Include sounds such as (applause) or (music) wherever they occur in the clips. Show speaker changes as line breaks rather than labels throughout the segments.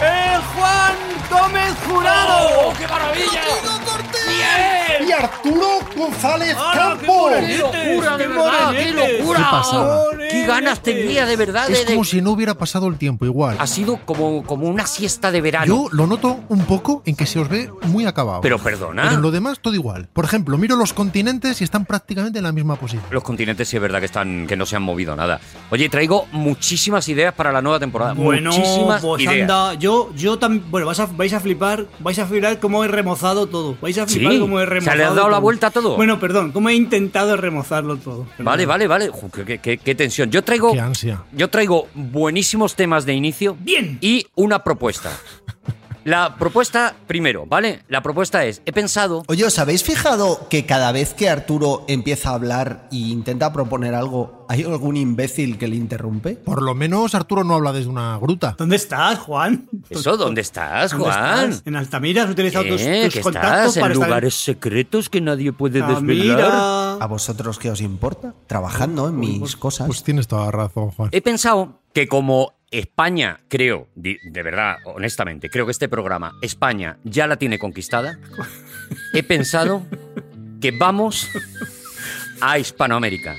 ¡El Juan Gómez Jurado!
¡Oh, qué maravilla!
y Arturo González
¡Hala, qué
Campos.
Ah, ¡Qué
morenete!
locura, de
¡Qué
verdad! ¡Qué
morenete!
locura!
¿Qué pasaba?
¡Qué ganas tenía de verdad de, de-
Es como si no hubiera pasado el tiempo igual.
Ha sido como, como una siesta de verano.
Yo lo noto un poco en que se os ve muy acabado.
Pero perdona.
Pero en lo demás todo igual. Por ejemplo, miro los continentes y están prácticamente en la misma posición.
Los continentes sí es verdad que están que no se han movido nada. Oye, traigo muchísimas ideas para la nueva temporada.
Bueno,
muchísimas
pues
ideas.
anda, yo, yo también. Bueno, vais a, vais a flipar, vais a flipar cómo he remozado todo. Vais a
Sí,
flipar cómo he
o sea,
remozado.
le has dado la vuelta a todo.
Bueno, perdón, cómo he intentado remozarlo todo.
Vale, vale, vale. Ju, qué, qué- qué- qué tensión. Yo
Oh.
traigo
Qué ansia.
yo traigo buenísimos temas de inicio.
Bien.
Y una propuesta. La propuesta primero, ¿vale? La propuesta es, he pensado
Oye, ¿os habéis fijado que cada vez que Arturo empieza a hablar e intenta proponer algo, hay algún imbécil que le interrumpe?
Por lo menos Arturo no habla desde una gruta.
¿Dónde estás, Juan?
eso, ¿dónde estás,
¿Dónde
Juan?
estás? En Altamira has utilizado tus,
¿Qué?
tus
¿Que
contactos
estás en
para estar Ah,
lugares secretos que nadie puede desvelar?
Altamira.
¿A vosotros qué os importa? Trabajando en mis
Pues
cosas.
tienes toda la razón, Juan.
Eh,
He pensado que como España, creo, di- de verdad, honestamente, creo que este programa, España ya la tiene conquistada, he pensado que vamos a Hispanoamérica.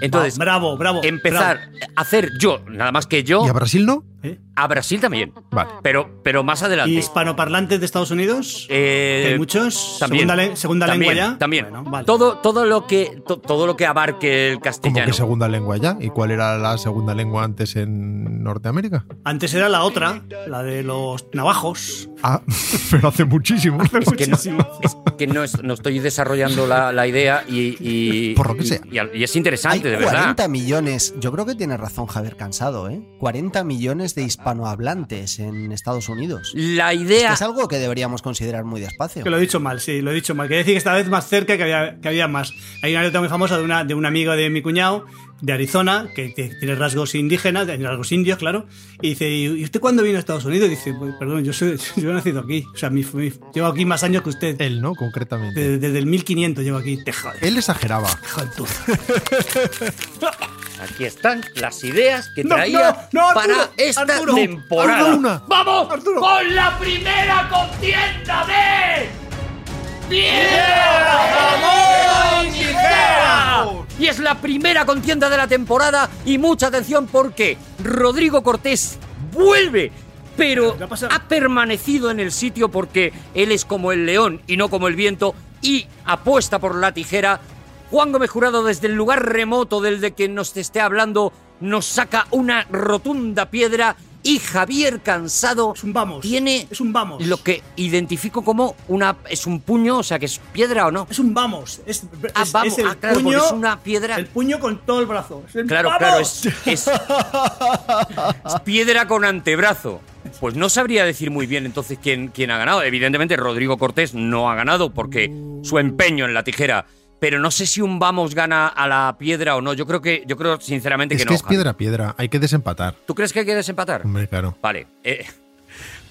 Entonces,
bravo, bravo.
empezar a hacer yo, nada más que yo,
¿Y a Brasil no?
bravo. ¿Eh?
a Brasil también,
Ah.
Vale.
pero, pero más
¿Y
adelante.
hispanoparlantes de Estados Unidos?
Eh,
¿Que hay muchos?
también,
¿Segunda, le- segunda
también,
lengua ya?
También.
Bueno, vale.
todo, todo, lo que, to- todo lo que abarque el
¿Cómo
castellano.
que segunda lengua ya? ¿Y cuál era la segunda lengua antes en Norteamérica?
Antes era la otra, la de los navajos.
Ah, (laughs) pero hace muchísimo.
que no, es que no, es- no estoy desarrollando la, la idea y, y-
Por lo que
y-
sea.
y al- y es
Hay
interesante, de
40
verdad.
millones, yo creo que tiene razón Javier Cansado, ¿eh? 40 millones de hispanohablantes en Estados Unidos.
La
Es, que
idea.
es algo que deberíamos considerar muy despacio.
Que lo he dicho mal, sí, lo he dicho mal. Quería decir que esta vez más cerca que había, que había más. Hay una anécdota muy famosa de, una, de un amigo de mi cuñado, de Arizona, que te- tiene rasgos indígenas, tiene rasgos indios, claro. Y dice, ¿y usted cuándo vino a Estados Unidos? Dice, "Pues, perdón, yo, soy, (laughs) yo he nacido aquí. O sea, mi- mi- llevo aquí más años que usted.
Él no,
Eh.
concretamente.
De- desde el 1500 llevo aquí. Te jodes,
Él exageraba.
joder.
Aquí están las ideas que
No,
traía
no, no,
para
Arturo,
esta
Arturo,
temporada.
Arturo, una.
¡Vamos
Arturo.
con la primera contienda de... ¡Piedra, papel y tijera!
Y es la primera contienda de la temporada. Y mucha atención porque Rodrigo Cortés vuelve. Pero
¿Qué ha pasado?
ha permanecido en el sitio porque él es como el león y no como el viento. Y apuesta por la tijera. Juan Gómez Jurado, desde el lugar remoto del de quien nos esté hablando, nos saca una rotunda piedra. Y Javier Cansado
Es un vamos.
tiene
Es un vamos.
lo que identifico como una. Es un puño, o sea que es piedra o no.
Es un vamos. Es,
Ah,
es-
vamos.
es el
Ah, claro, porque
puño,
es una piedra.
El puño con todo el brazo. Es el
Claro,
¡vamos!
claro, es, es- es piedra con antebrazo. Pues no sabría decir muy bien entonces quién, quién ha ganado. Evidentemente Rodrigo Cortés no ha ganado porque su empeño en la tijera. Pero no sé si un vamos gana a la piedra o no. Yo creo que, yo creo sinceramente
Es
que
que,
no.
es
Javi.
piedra a piedra. Hay que desempatar.
¿Tú crees que hay que desempatar?
Hombre, claro.
Vale. eh,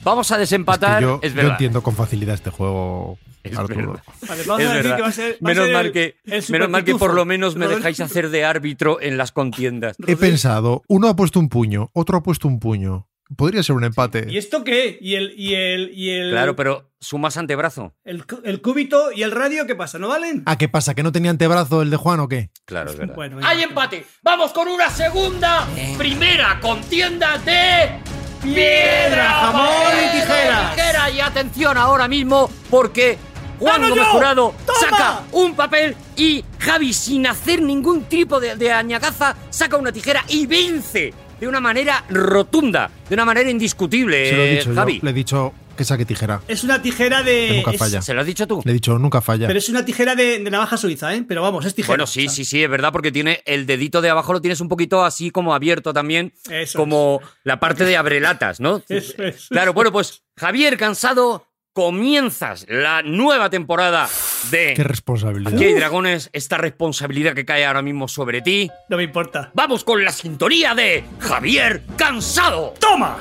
vamos a
Es que
desempatar. Es,
yo, yo
verdad.
entiendo con facilidad este juego,
Es
Arturo.
verdad.
Vale, vamos
Es
a decir
verdad.
que va a ser- va a
menos
ser
mal
el-
que,
el
menos mal que por
superpitufo.
lo menos me
Rodri-
dejáis hacer de árbitro en las contiendas.
He pensado, uno ha puesto un puño, otro ha puesto un puño. Podría ser un empate.
¿Y esto qué? ¿Y el, y el, y (laughs) el,
Claro, pero sumas antebrazo.
el, cu- el cúbito y el radio qué pasa? ¿No valen?
Ah, ¿qué pasa? ¿Que no tenía antebrazo el de Juan o qué?
Claro, es (laughs) verdad.
Bueno, venga.
Hay empate. Vamos con una segunda, primera contienda de piedra,
jamón
papel
y tijeras.
tijera.
Y atención ahora mismo porque Juan
¡Gano
Gómez
yo!
Jurado
¡Toma!
saca un papel y Javi, sin hacer ningún tipo de, de añagaza, saca una tijera y vence. de una manera rotunda, de una manera indiscutible,
Se lo he
eh,
dicho yo.
Javi. Eh,
Le he dicho que saque tijera.
Es una tijera
Que
de.
nunca
es-
falla.
¿Se lo has dicho tú?
Le he dicho, nunca falla.
pero es una tijera de, de navaja suiza, ¿eh? Pero vamos, es tijera.
Bueno, sí, sí, sí, es verdad, porque tiene el dedito de abajo lo tienes un poquito así como abierto también,
Eso
como la parte de abrelatas, ¿no?
(laughs) Eso es.
Claro, bueno, pues Javier Cansado, comienzas la nueva temporada de
Qué responsabilidad.
Aquí hay dragones, esta responsabilidad que cae ahora mismo sobre ti.
No me importa.
Vamos con la sintonía de Javier Cansado.
¡Toma!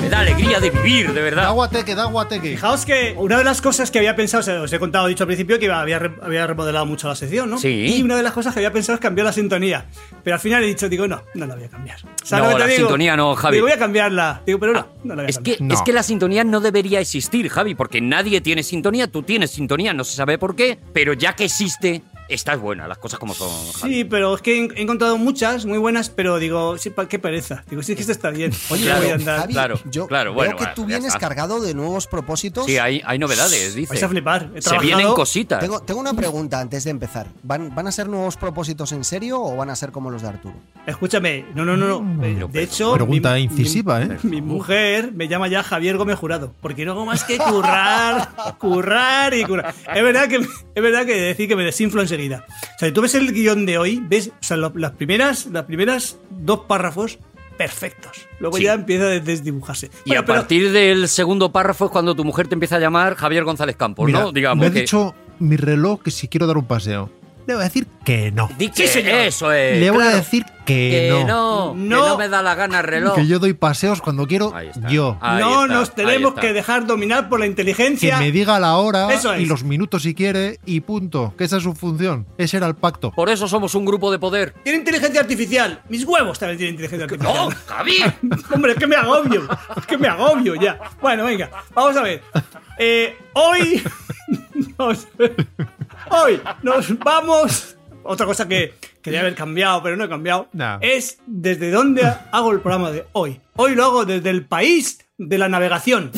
Me da alegría de vivir, de verdad.
Daguateque, daguateque.
Fijaos que una de las cosas que había pensado, o sea, os he contado, dicho al principio, que iba- había, re- había remodelado mucho la sección, ¿no?
Sí.
Y una de las cosas que había pensado es cambiar la sintonía. Pero al final he dicho, digo, no, no la voy a cambiar.
No,
¿Sabes lo que te
la
digo?
sintonía no, Javi. Ah,
Digo, voy a cambiarla. Digo, pero no, no la voy a
Es
cambiar.
que,
No.
es que la sintonía no debería existir, Javi, porque nadie tiene sintonía, tú tienes sintonía, no se sabe por qué, pero ya que existe, estás buena, las cosas como son, Javi.
Sí, pero es que he he encontrado muchas, muy buenas, pero digo, sí, pa- qué pereza. Digo, sí, que esto
(laughs)
está bien. Oye,
Claro.
voy a andar.
Javi, claro,
yo
claro,
veo
bueno,
que
bueno,
tú
ya
vienes
está.
cargado de nuevos propósitos.
Sí, hay, hay novedades, dice.
Vais a flipar. He
Se
trabajado-
vienen cositas.
Tengo, tengo una pregunta antes de empezar. ¿Van, ¿Van a ser nuevos propósitos en serio o van a ser como los de Arturo?
Escúchame, no, no, no,
Mm.
no. Eh,
Pero-
De hecho,
Pregunta
mi-
incisiva,
mi-
¿eh?
Mi mujer me llama ya Javier Gómez Jurado, porque no hago más que
(laughs)
currar, currar y currar. Es verdad que es verdad que decir que me desinflo enseguida. O sea, si tú ves el guión de hoy, ves, o sea, lo- las primeras, las primeras dos párrafos perfectos. Luego
Sí.
ya empieza a desdibujarse.
Y
Bueno,
a
pero-
partir del segundo párrafo es cuando tu mujer te empieza a llamar Javier González Campos,
Mira,
¿no? Digamos
me ha
que-
dicho mi reloj que si quiero dar un paseo. Le voy a decir que no.
Di
Sí,
que
señor.
Eso es.
Le voy
Eh, claro.
a decir que,
que no, que
No.
no me da la gana el reloj.
Que yo doy paseos cuando quiero
Ahí está.
yo.
Ah, Ahí
no
está,
nos
ahí
tenemos
está.
que dejar dominar por la
Que
inteligencia.
me diga la hora
Eso es.
y los minutos si quiere y punto. Que esa es su función. Ese era el pacto.
Por eso somos un grupo de poder.
Tiene inteligencia artificial. Mis huevos también tienen inteligencia
(laughs) ¡No,
artificial. (laughs)
Javi!
Hombre, es que me agobio. Es que me agobio ya. Bueno, venga, vamos a ver. Eh, hoy. (laughs) nos- hoy nos vamos. Otra cosa que quería haber cambiado, pero no he cambiado.
No.
Es desde dónde hago el programa de hoy. Hoy lo hago desde el país de la navegación.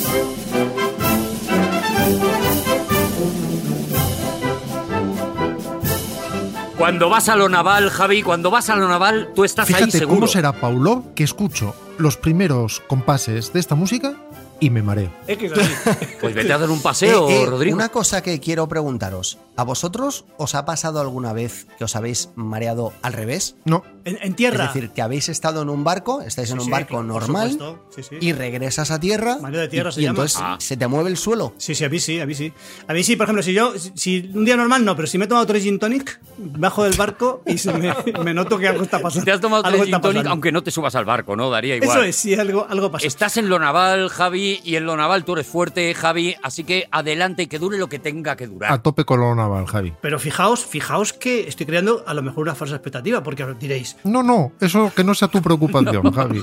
Cuando vas a lo naval, Javi, cuando vas a lo naval, tú estás ahí
Fíjate
seguro.
cómo será Paulo que escucho los primeros compases de esta música y me mareo.
Es que es así.
(laughs)
Pues vete a dar un paseo,
Eh, eh,
Rodrigo.
Una cosa que quiero preguntaros. ¿A vosotros os ha pasado alguna vez que os habéis mareado al revés?
No,
En, en
Es
tierra.
decir, que habéis estado en un barco, estáis en
Sí,
un
sí,
barco
por
normal
supuesto. Sí, sí.
y regresas a tierra
Mareo de tierra
y,
se
y
llama.
entonces
Ah.
se te mueve el suelo.
Sí, sí, a mí sí, a mí sí. A mí sí, por ejemplo, si yo, si- si un día normal no, pero si me he tomado tres gin tonic, bajo del barco y se me, (laughs) me noto que algo está pasando.
Te has tomado
algo
tres gin
está
tonic,
pasando.
aunque no te subas al barco, ¿no? Daría igual.
Eso es, sí, algo, algo pasa.
Estás en lo naval, Javi, y en lo naval tú eres fuerte, Javi, así que adelante y que dure lo que tenga que
a
durar.
tope con lo naval, Javi.
Pero fijaos, fijaos que estoy creando a lo mejor una falsa expectativa, porque ahora diréis, (laughs)
No, no, eso que no sea tu preocupación, Javi.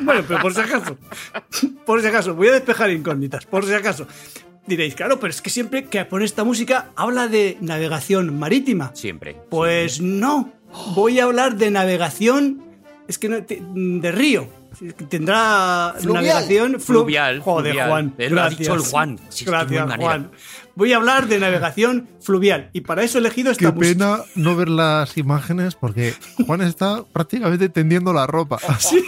bueno, pero por si acaso, (laughs) por si acaso, voy a despejar incógnitas, por si acaso. Diréis, claro, pero es que siempre que pone esta música habla de navegación marítima.
Siempre.
Pues no, voy a hablar de navegación, es que no, te- de río. Tendrá
Fluvial.
navegación flu-
Fluvial,
Joder,
fluvial.
Juan.
Eh, lo ha
gracias.
dicho el Juan, si es que no hay
gracias,
manera.
Juan. Voy a hablar de navegación fluvial y para eso he elegido esta
Qué
música. (laughs)
pena no ver las imágenes porque Juan está prácticamente tendiendo la ropa.
(laughs)
Así.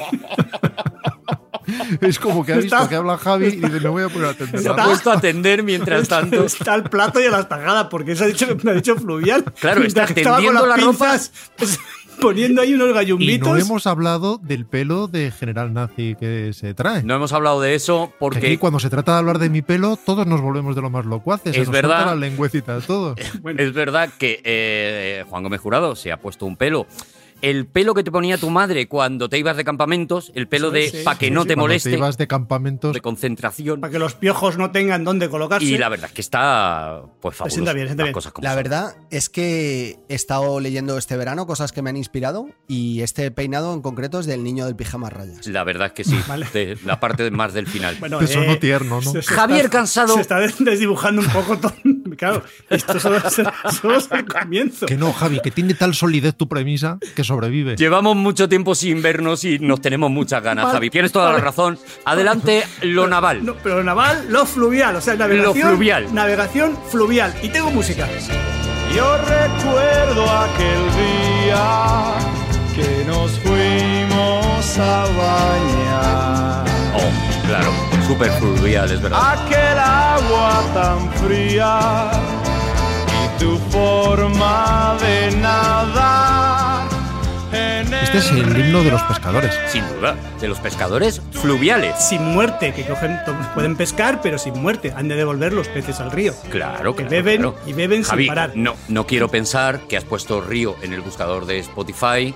Es como que ha visto
Está-
que habla Javi y dice, me voy a poner a tender
Se
la
ha
Está-
ropa.
puesto a atender
(laughs)
mientras tanto.
Está el plato y a la tajada, porque eso ha dicho, me ha dicho fluvial. (laughs)
Claro, está
Mientras que estaba con
tendiendo
las
la ropa.
pinzas pues, (laughs) poniendo ahí unos
Y
gallumbitos.
no hemos hablado del pelo de general nazi que se trae.
No hemos hablado de eso
Que
porque
Aquí cuando se trata de hablar de mi pelo, todos nos volvemos de lo más locuaces. se
Es
nos suelta
verdad.
la lengüecita a
(laughs)
todos.
Bueno,
es verdad que eh, Juan Gómez Jurado se ha puesto un pelo. El pelo que te ponía tu madre cuando te ibas de campamentos, el pelo
Eso
de
es, sí.
para que no te
Cuando
moleste,
ibas de campamentos.
de concentración.
para que los piojos no tengan dónde colocarse.
Y la verdad es que está pues fabuloso.
sienta bien, sienta
las
bien.
cosas como
La
son.
verdad es que he estado leyendo este verano cosas que me han inspirado y este peinado en concreto es del niño del pijama a
(laughs)
rayas.
La verdad es que sí.
Vale.
de la parte más del final.
Bueno, eh,
Eso no tierno, ¿no?
se- se
Javier
está-
Cansado.
Se está des- desdibujando un poco todo. (laughs) Claro, esto solo es, solo es el comienzo.
Que no, Javi, que tiene tal solidez tu premisa que sobrevive.
Llevamos mucho tiempo sin vernos y nos tenemos muchas ganas,
Vale,
Javi. Tienes toda la
vale.
razón. Adelante, lo naval.
No, pero lo naval, lo fluvial, o sea, navegación.
fluvial.
Navegación fluvial. Y tengo música.
Yo recuerdo aquel día que nos fuimos a bañar.
Oh, claro, súper fluvial, es
Ah.
verdad.
Aquel agua tan fría y tu forma de nadar. en
Este es el himno de los pescadores.
Sin duda, de los pescadores fluviales.
Sin muerte, que cogen, to- pueden pescar, pero sin muerte. Han de devolver los peces al río.
Claro,
Que
claro,
beben
claro.
y beben
Javi,
sin parar.
No, no quiero pensar que has puesto río en el buscador de Spotify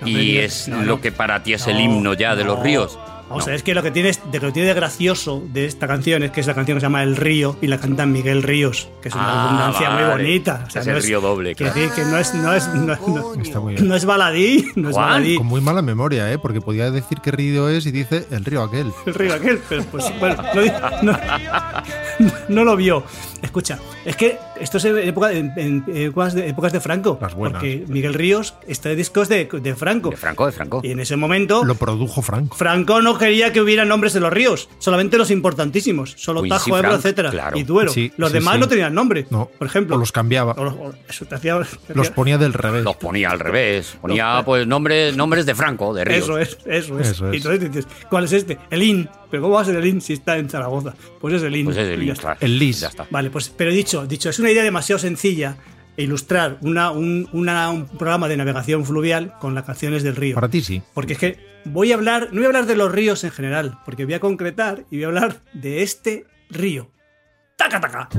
No me
y
digas,
es
no, no.
lo que para ti es el
No,
himno ya de los
no.
ríos.
Vamos
No.
a ver, es que lo que, tiene, es- de, lo que tiene de gracioso de esta canción es que es la canción que se llama El Río y la canta Miguel Ríos, que es una
Ah,
redundancia muy
vale.
bonita. O sea,
Es
no
el río doble,
que
claro.
decir que no es, no es, no, no-
Está muy bien.
no es baladí, no es
Juan,
baladí.
Con muy mala memoria, ¿eh? Porque podía decir qué río es y dice el río aquel.
el río aquel, pero pues bueno, no, di- no- no lo vio. Escucha, es que esto es en, época- en- en épocas, de, épocas de Franco,
Las buenas.
porque Miguel Ríos, este disco es de, de Franco,
De Franco, de Franco.
y en ese momento
Lo produjo Franco.
Franco no quería que hubiera nombres de los ríos, solamente los importantísimos, solo
Uy, sí,
Tajo, Ebro,
Frank,
etcétera,
claro.
y Duero.
Sí,
los
sí,
demás
sí.
no tenían nombre,
No.
por ejemplo.
O los cambiaba.
o los- o- eso te hacía- te
Los
hacía-
ponía del revés.
Los ponía al revés. Ponía pues nombres, nombres de Franco, de ríos.
Eso es, eso es.
Eso
Y
es.
entonces dices, ¿cuál es este? El IN. ¿Pero cómo va a ser el IN si está en Zaragoza? Pues es el IN.
Pues es el
y ya
himno,
está.
claro.
El lis.
Ya está.
Vale, pues, pero dicho, dicho, es una idea demasiado sencilla ilustrar una, un, una- un programa de navegación fluvial con las canciones del río.
Para ti sí.
Porque es que voy a hablar, no voy a hablar de los ríos en general, porque voy a concretar y voy a hablar de este río. ¡Taca, taca! (laughs)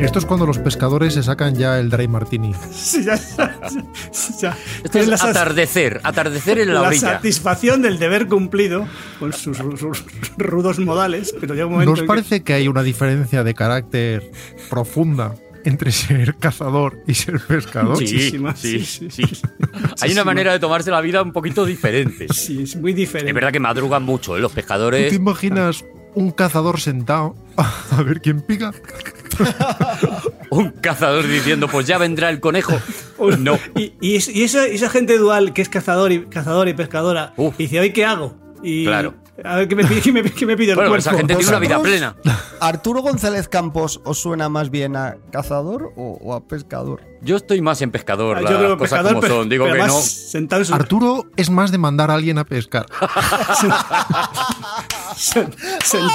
Esto es cuando los pescadores se sacan ya el dry martini.
Sí, ya, ya, ya.
Esto es
la, sat-
atardecer, atardecer en la
la
orilla.
satisfacción del deber cumplido con sus, sus rudos modales, pero llega un momento.
¿No os
en que-
parece que hay una diferencia de carácter profunda entre ser cazador y ser pescador?
Sí,
Muchísima,
sí,
sí,
sí. Hay una manera de tomarse la vida un poquito diferente.
Sí, es muy
Es
diferente.
verdad que madrugan mucho ¿eh? los
¿Tú te
pescadores.
imaginas un cazador sentado a ver quién pica?
Un cazador diciendo, pues ya vendrá el conejo.
(laughs)
No.
Y, y es- y esa, esa gente dual que es cazador y, cazador y pescadora,
Uf.
y dice, ¿hoy qué hago? Y
Claro.
A ver, ¿qué me, pide- (laughs) qué me- qué me pide el
Bueno,
cuerpo?
esa gente tiene una vida
¿Vosotros?
plena.
¿Arturo González Campos os suena más bien a cazador o, o a pescador?
Yo estoy más en pescador,
Ah,
las
Yo creo que
cosas
pescador,
como
pero-
son. Digo
pero
que no.
además sentado en su-
Arturo es más de mandar a alguien a
(laughs)
pescar.
(laughs) sen- sen-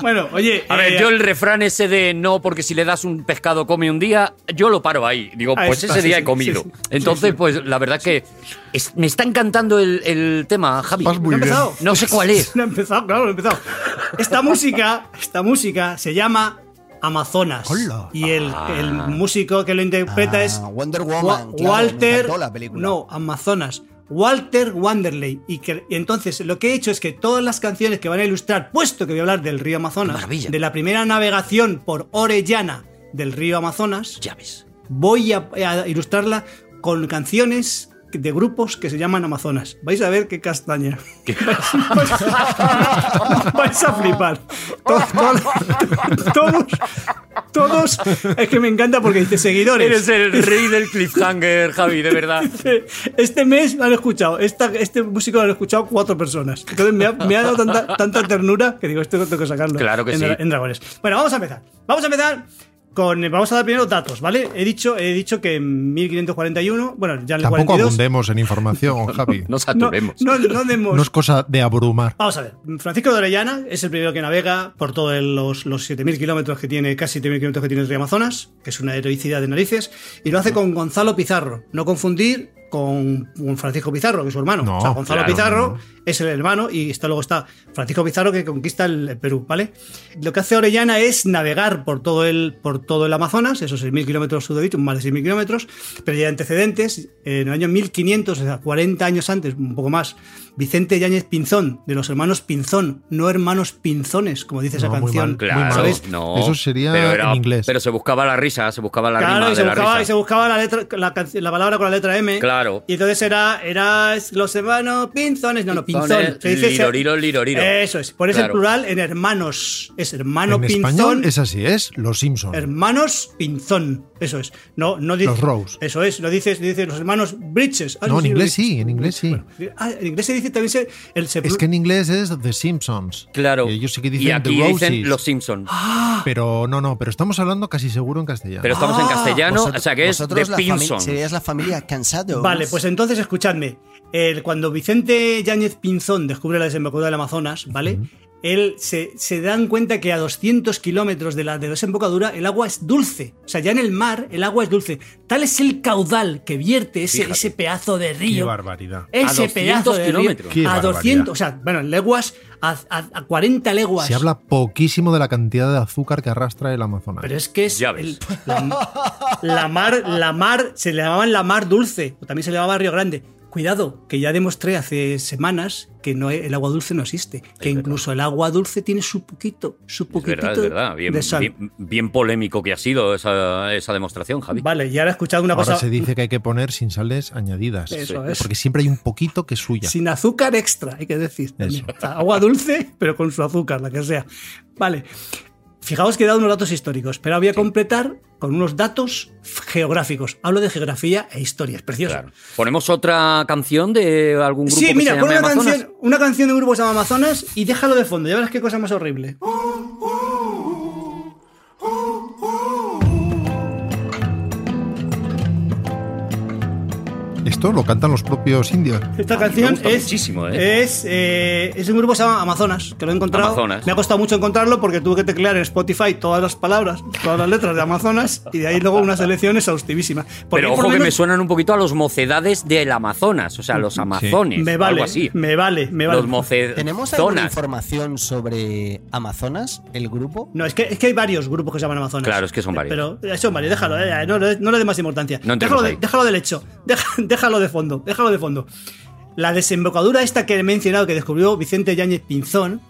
bueno, oye.
A
eh,
ver, yo el refrán ese de no, porque si le das un pescado come un día, yo lo paro ahí. Digo,
Ah,
pues
está,
ese
sí,
día
sí,
he comido.
sí, sí.
Entonces, pues la verdad que es- me está encantando el, el tema, Javi.
Vas muy
¿No ha
bien.
empezado?
No sé cuál
(laughs)
es.
No ha empezado, claro, no ha empezado. Esta música, esta música se llama Amazonas.
Hola.
Y el, el
Ah.
músico que lo interpreta
Ah,
es
Wonder
Wa-
Woman, claro, me
Walter.
encantó la película.
No, Amazonas. Walter Wanderley. Y, que, y entonces lo que he hecho es que todas las canciones que van a ilustrar, puesto que voy a hablar del río Amazonas,
Qué maravilla.
de la primera navegación por Orellana del río Amazonas,
Ya ves.
voy a, a ilustrarla con canciones de grupos que se llaman Amazonas. Vais a ver qué castaña. (laughs) Vais, vais- vais a flipar. To- to- (laughs) Todos, todos, Es que me encanta porque dice seguidores.
(laughs) Eres el rey del cliffhanger, Javi, de
(laughs)
verdad.
Dice, Este mes lo han escuchado, esta, este músico lo han escuchado cuatro personas. Entonces me ha, me ha dado tanta, tanta ternura que digo, esto tengo que sacarlo.
Claro que
en,
sí.
en Dragones. Bueno, vamos a empezar. Vamos a empezar con. Vamos a dar primero datos, ¿vale? He dicho, he dicho que en 1541, bueno, ya en el
Tampoco
42.
abundemos en información, Javi.
(laughs) No
no,
saturemos.
no, no demos-
No es cosa de abrumar.
Vamos a ver, Francisco de Orellana es el primero que navega por todos los, los 7.000 kilómetros que tiene, casi 7.000 kilómetros que tiene el río Amazonas, que es una heroicidad de narices, y lo hace con Gonzalo Pizarro, no confundir con, con Francisco Pizarro, que es su hermano.
No,
o sea, Gonzalo
claro,
Pizarro es el hermano y está, luego está Francisco Pizarro que conquista el Perú, ¿vale? Lo que hace Orellana es navegar por todo el, por todo el Amazonas, esos 6.000 kilómetros sudoritos, más de 6.000 kilómetros, pero ya hay antecedentes, eh, en el año 1500, o sea, 40 años antes, un poco más, Vicente Yáñez Pinzón, de los hermanos Pinzón, no hermanos Pinzones, como dice esa
No, muy
canción.
mal,
Claro,
¿sabéis?
no.
Eso sería
Pero
en inglés.
Pero se buscaba la risa, se buscaba la
Claro,
rima
y se,
de la
buscaba,
risa.
y se buscaba la, letra, la, canc- la palabra con la letra M.
Claro.
Y entonces era, era los hermanos pinzones. No, no, pinzón.
Pinzones,
Se dice-
liroriro, liroriro.
Eso es. Por eso
Claro.
el plural en hermanos. Es hermano
En
pinzón.
español es así, es Los Simpson.
Hermanos Pinzón, eso es. No, no dices.
Los Rose.
Eso es, no dices, dices los hermanos Bridges. Ah,
No, en
sí,
inglés
Bridges.
sí, en inglés sí.
Ah, en inglés se dice también se, el se-
Es que en inglés es The Simpsons.
Claro.
Y ellos sí que
Y
dicen
aquí
The Roses.
dicen Los Simpson.
Ah.
Pero no, no, pero estamos hablando casi seguro en castellano.
Pero estamos
Ah.
en castellano,
Vosotros-
o sea que es
vosotros
The
la fami-
Pinson.
Serías la familia cansado.
Vale, pues entonces escuchadme. El- cuando Vicente Yáñez Pinzón descubre la desembocadura del Amazonas, ¿vale? Él se, se dan cuenta que a 200 kilómetros de la de desembocadura el agua es dulce. O sea, ya en el mar el agua es dulce. Tal es el caudal que vierte ese,
Fíjate.
ese pedazo de
Qué
río.
barbaridad.
Ese
200
pedazo de río,
kilómetros.
Qué
a
barbaridad.
200, o sea, bueno, en leguas, a, a- a 40 leguas.
Se habla poquísimo de la cantidad de azúcar que arrastra el Amazonas.
Pero es que es
Ya ves.
el- la, la mar, la mar, se le llamaban la mar dulce, o también se le llamaba Río Grande. Cuidado, que ya demostré hace semanas que no el agua dulce no existe, que incluso el agua dulce tiene su poquito, su
Es
poquitito
verdad, es verdad. Bien,
de sal.
bien- bien polémico que ha sido esa, esa demostración, Javi.
Vale, y ahora he escuchado una
Ahora
cosa
se dice que hay que poner sin sales añadidas.
Eso es.
Porque siempre hay un poquito que es suya.
sin azúcar extra, hay que decir. también. O sea, agua dulce, (laughs) pero con su azúcar, la que sea. Vale. Fijaos que he dado unos datos históricos, pero voy a completar con unos datos geográficos. Hablo de geografía e historia, es precioso.
Claro. ¿Ponemos otra canción de algún grupo
Sí,
que
mira,
se
pon
llame
una
Amazonas?
canción, una canción de un grupo que se llama Amazonas y déjalo de fondo, ya verás qué cosa más horrible.
Ah,
Esto lo cantan los propios indios.
Esta
A mí me
canción
gusta
es,
muchísimo, ¿eh?
es, eh, es un grupo que se llama Amazonas, que lo he encontrado.
Amazonas.
Me ha costado mucho encontrarlo porque tuve que teclear en Spotify todas las palabras, todas las letras de Amazonas y de ahí luego una selección exhaustivísima. Porque
Pero
por
ojo
lo
que me
menos
suenan un poquito a los mocedades del Amazonas, o sea, los amazones,
me vale,
algo así.
me vale, me vale.
Los mocedonas.
¿Tenemos alguna información sobre Amazonas, el grupo?
No, es que, es que hay varios grupos que se llaman Amazonas.
Claro, es que son varios.
Pero eh, son varios, déjalo, eh, no, no- no le dé más importancia.
No entremos
déjalo, de-
ahí.
déjalo del hecho, deja- (laughs) déjalo de fondo, déjalo de fondo. La desembocadura esta que he mencionado, que descubrió Vicente Yáñez Pinzón,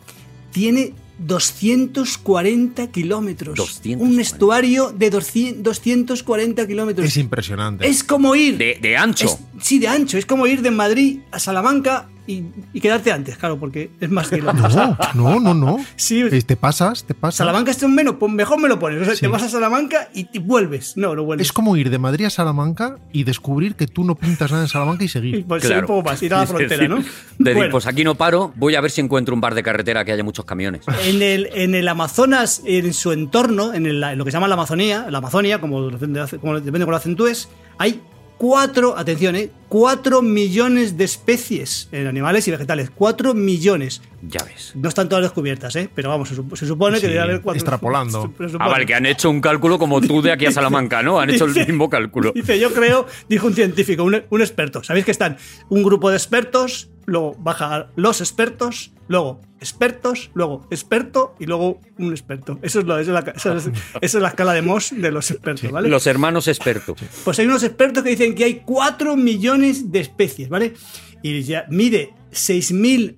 tiene 240 kilómetros.
240.
Un estuario de 200 240 kilómetros.
Es impresionante.
Es como ir...
De, de ancho.
es- sí, de ancho. Es como ir de Madrid a Salamanca y, y quedarte antes, claro, porque es
(laughs)
más kilómetros.
No, no, no, no.
Sí.
Eh, Te pasas, te pasas.
Salamanca está un menos, pues mejor me lo pones. O sea,
Sí.
te vas a Salamanca y, te vuelves. No, no vuelves.
Es como ir de Madrid a Salamanca y descubrir que tú no pintas nada en Salamanca y
Y
seguir.
Claro.
pues seguir un poco más, ir a
(laughs)
la
(laughs)
Es
frontera,
decir,
¿no?
de decir,
Bueno,
pues aquí no paro, voy a ver si encuentro un bar de carretera que haya muchos camiones.
en, el, en el Amazonas, en su entorno, en, el- en lo que se llama la Amazonía, la Amazonia, como depende, como depende de cómo lo acentúes, hay cuatro, atención, ¿eh? cuatro millones de especies en animales y vegetales. Cuatro millones.
Ya ves.
No están todas descubiertas, ¿eh? Pero vamos, se, sup- se supone que
Sí,
debe haber cuatro.
extrapolando.
se- se
Ah,
supone.
vale, que han hecho un cálculo como tú de
(laughs)
aquí a Salamanca, ¿no? Han hecho el
Dice-
mismo cálculo.
Dice, yo creo, dijo un científico, un, un experto. Sabéis que están un grupo de expertos, luego baja los expertos, luego expertos, luego experto y luego un experto. Eso es, lo, eso es la, esa es- esa es la escala de Moss de los expertos, ¿vale?
Los hermanos expertos.
Pues hay unos expertos que dicen que hay 4 millones de especies, ¿vale? Y ya mide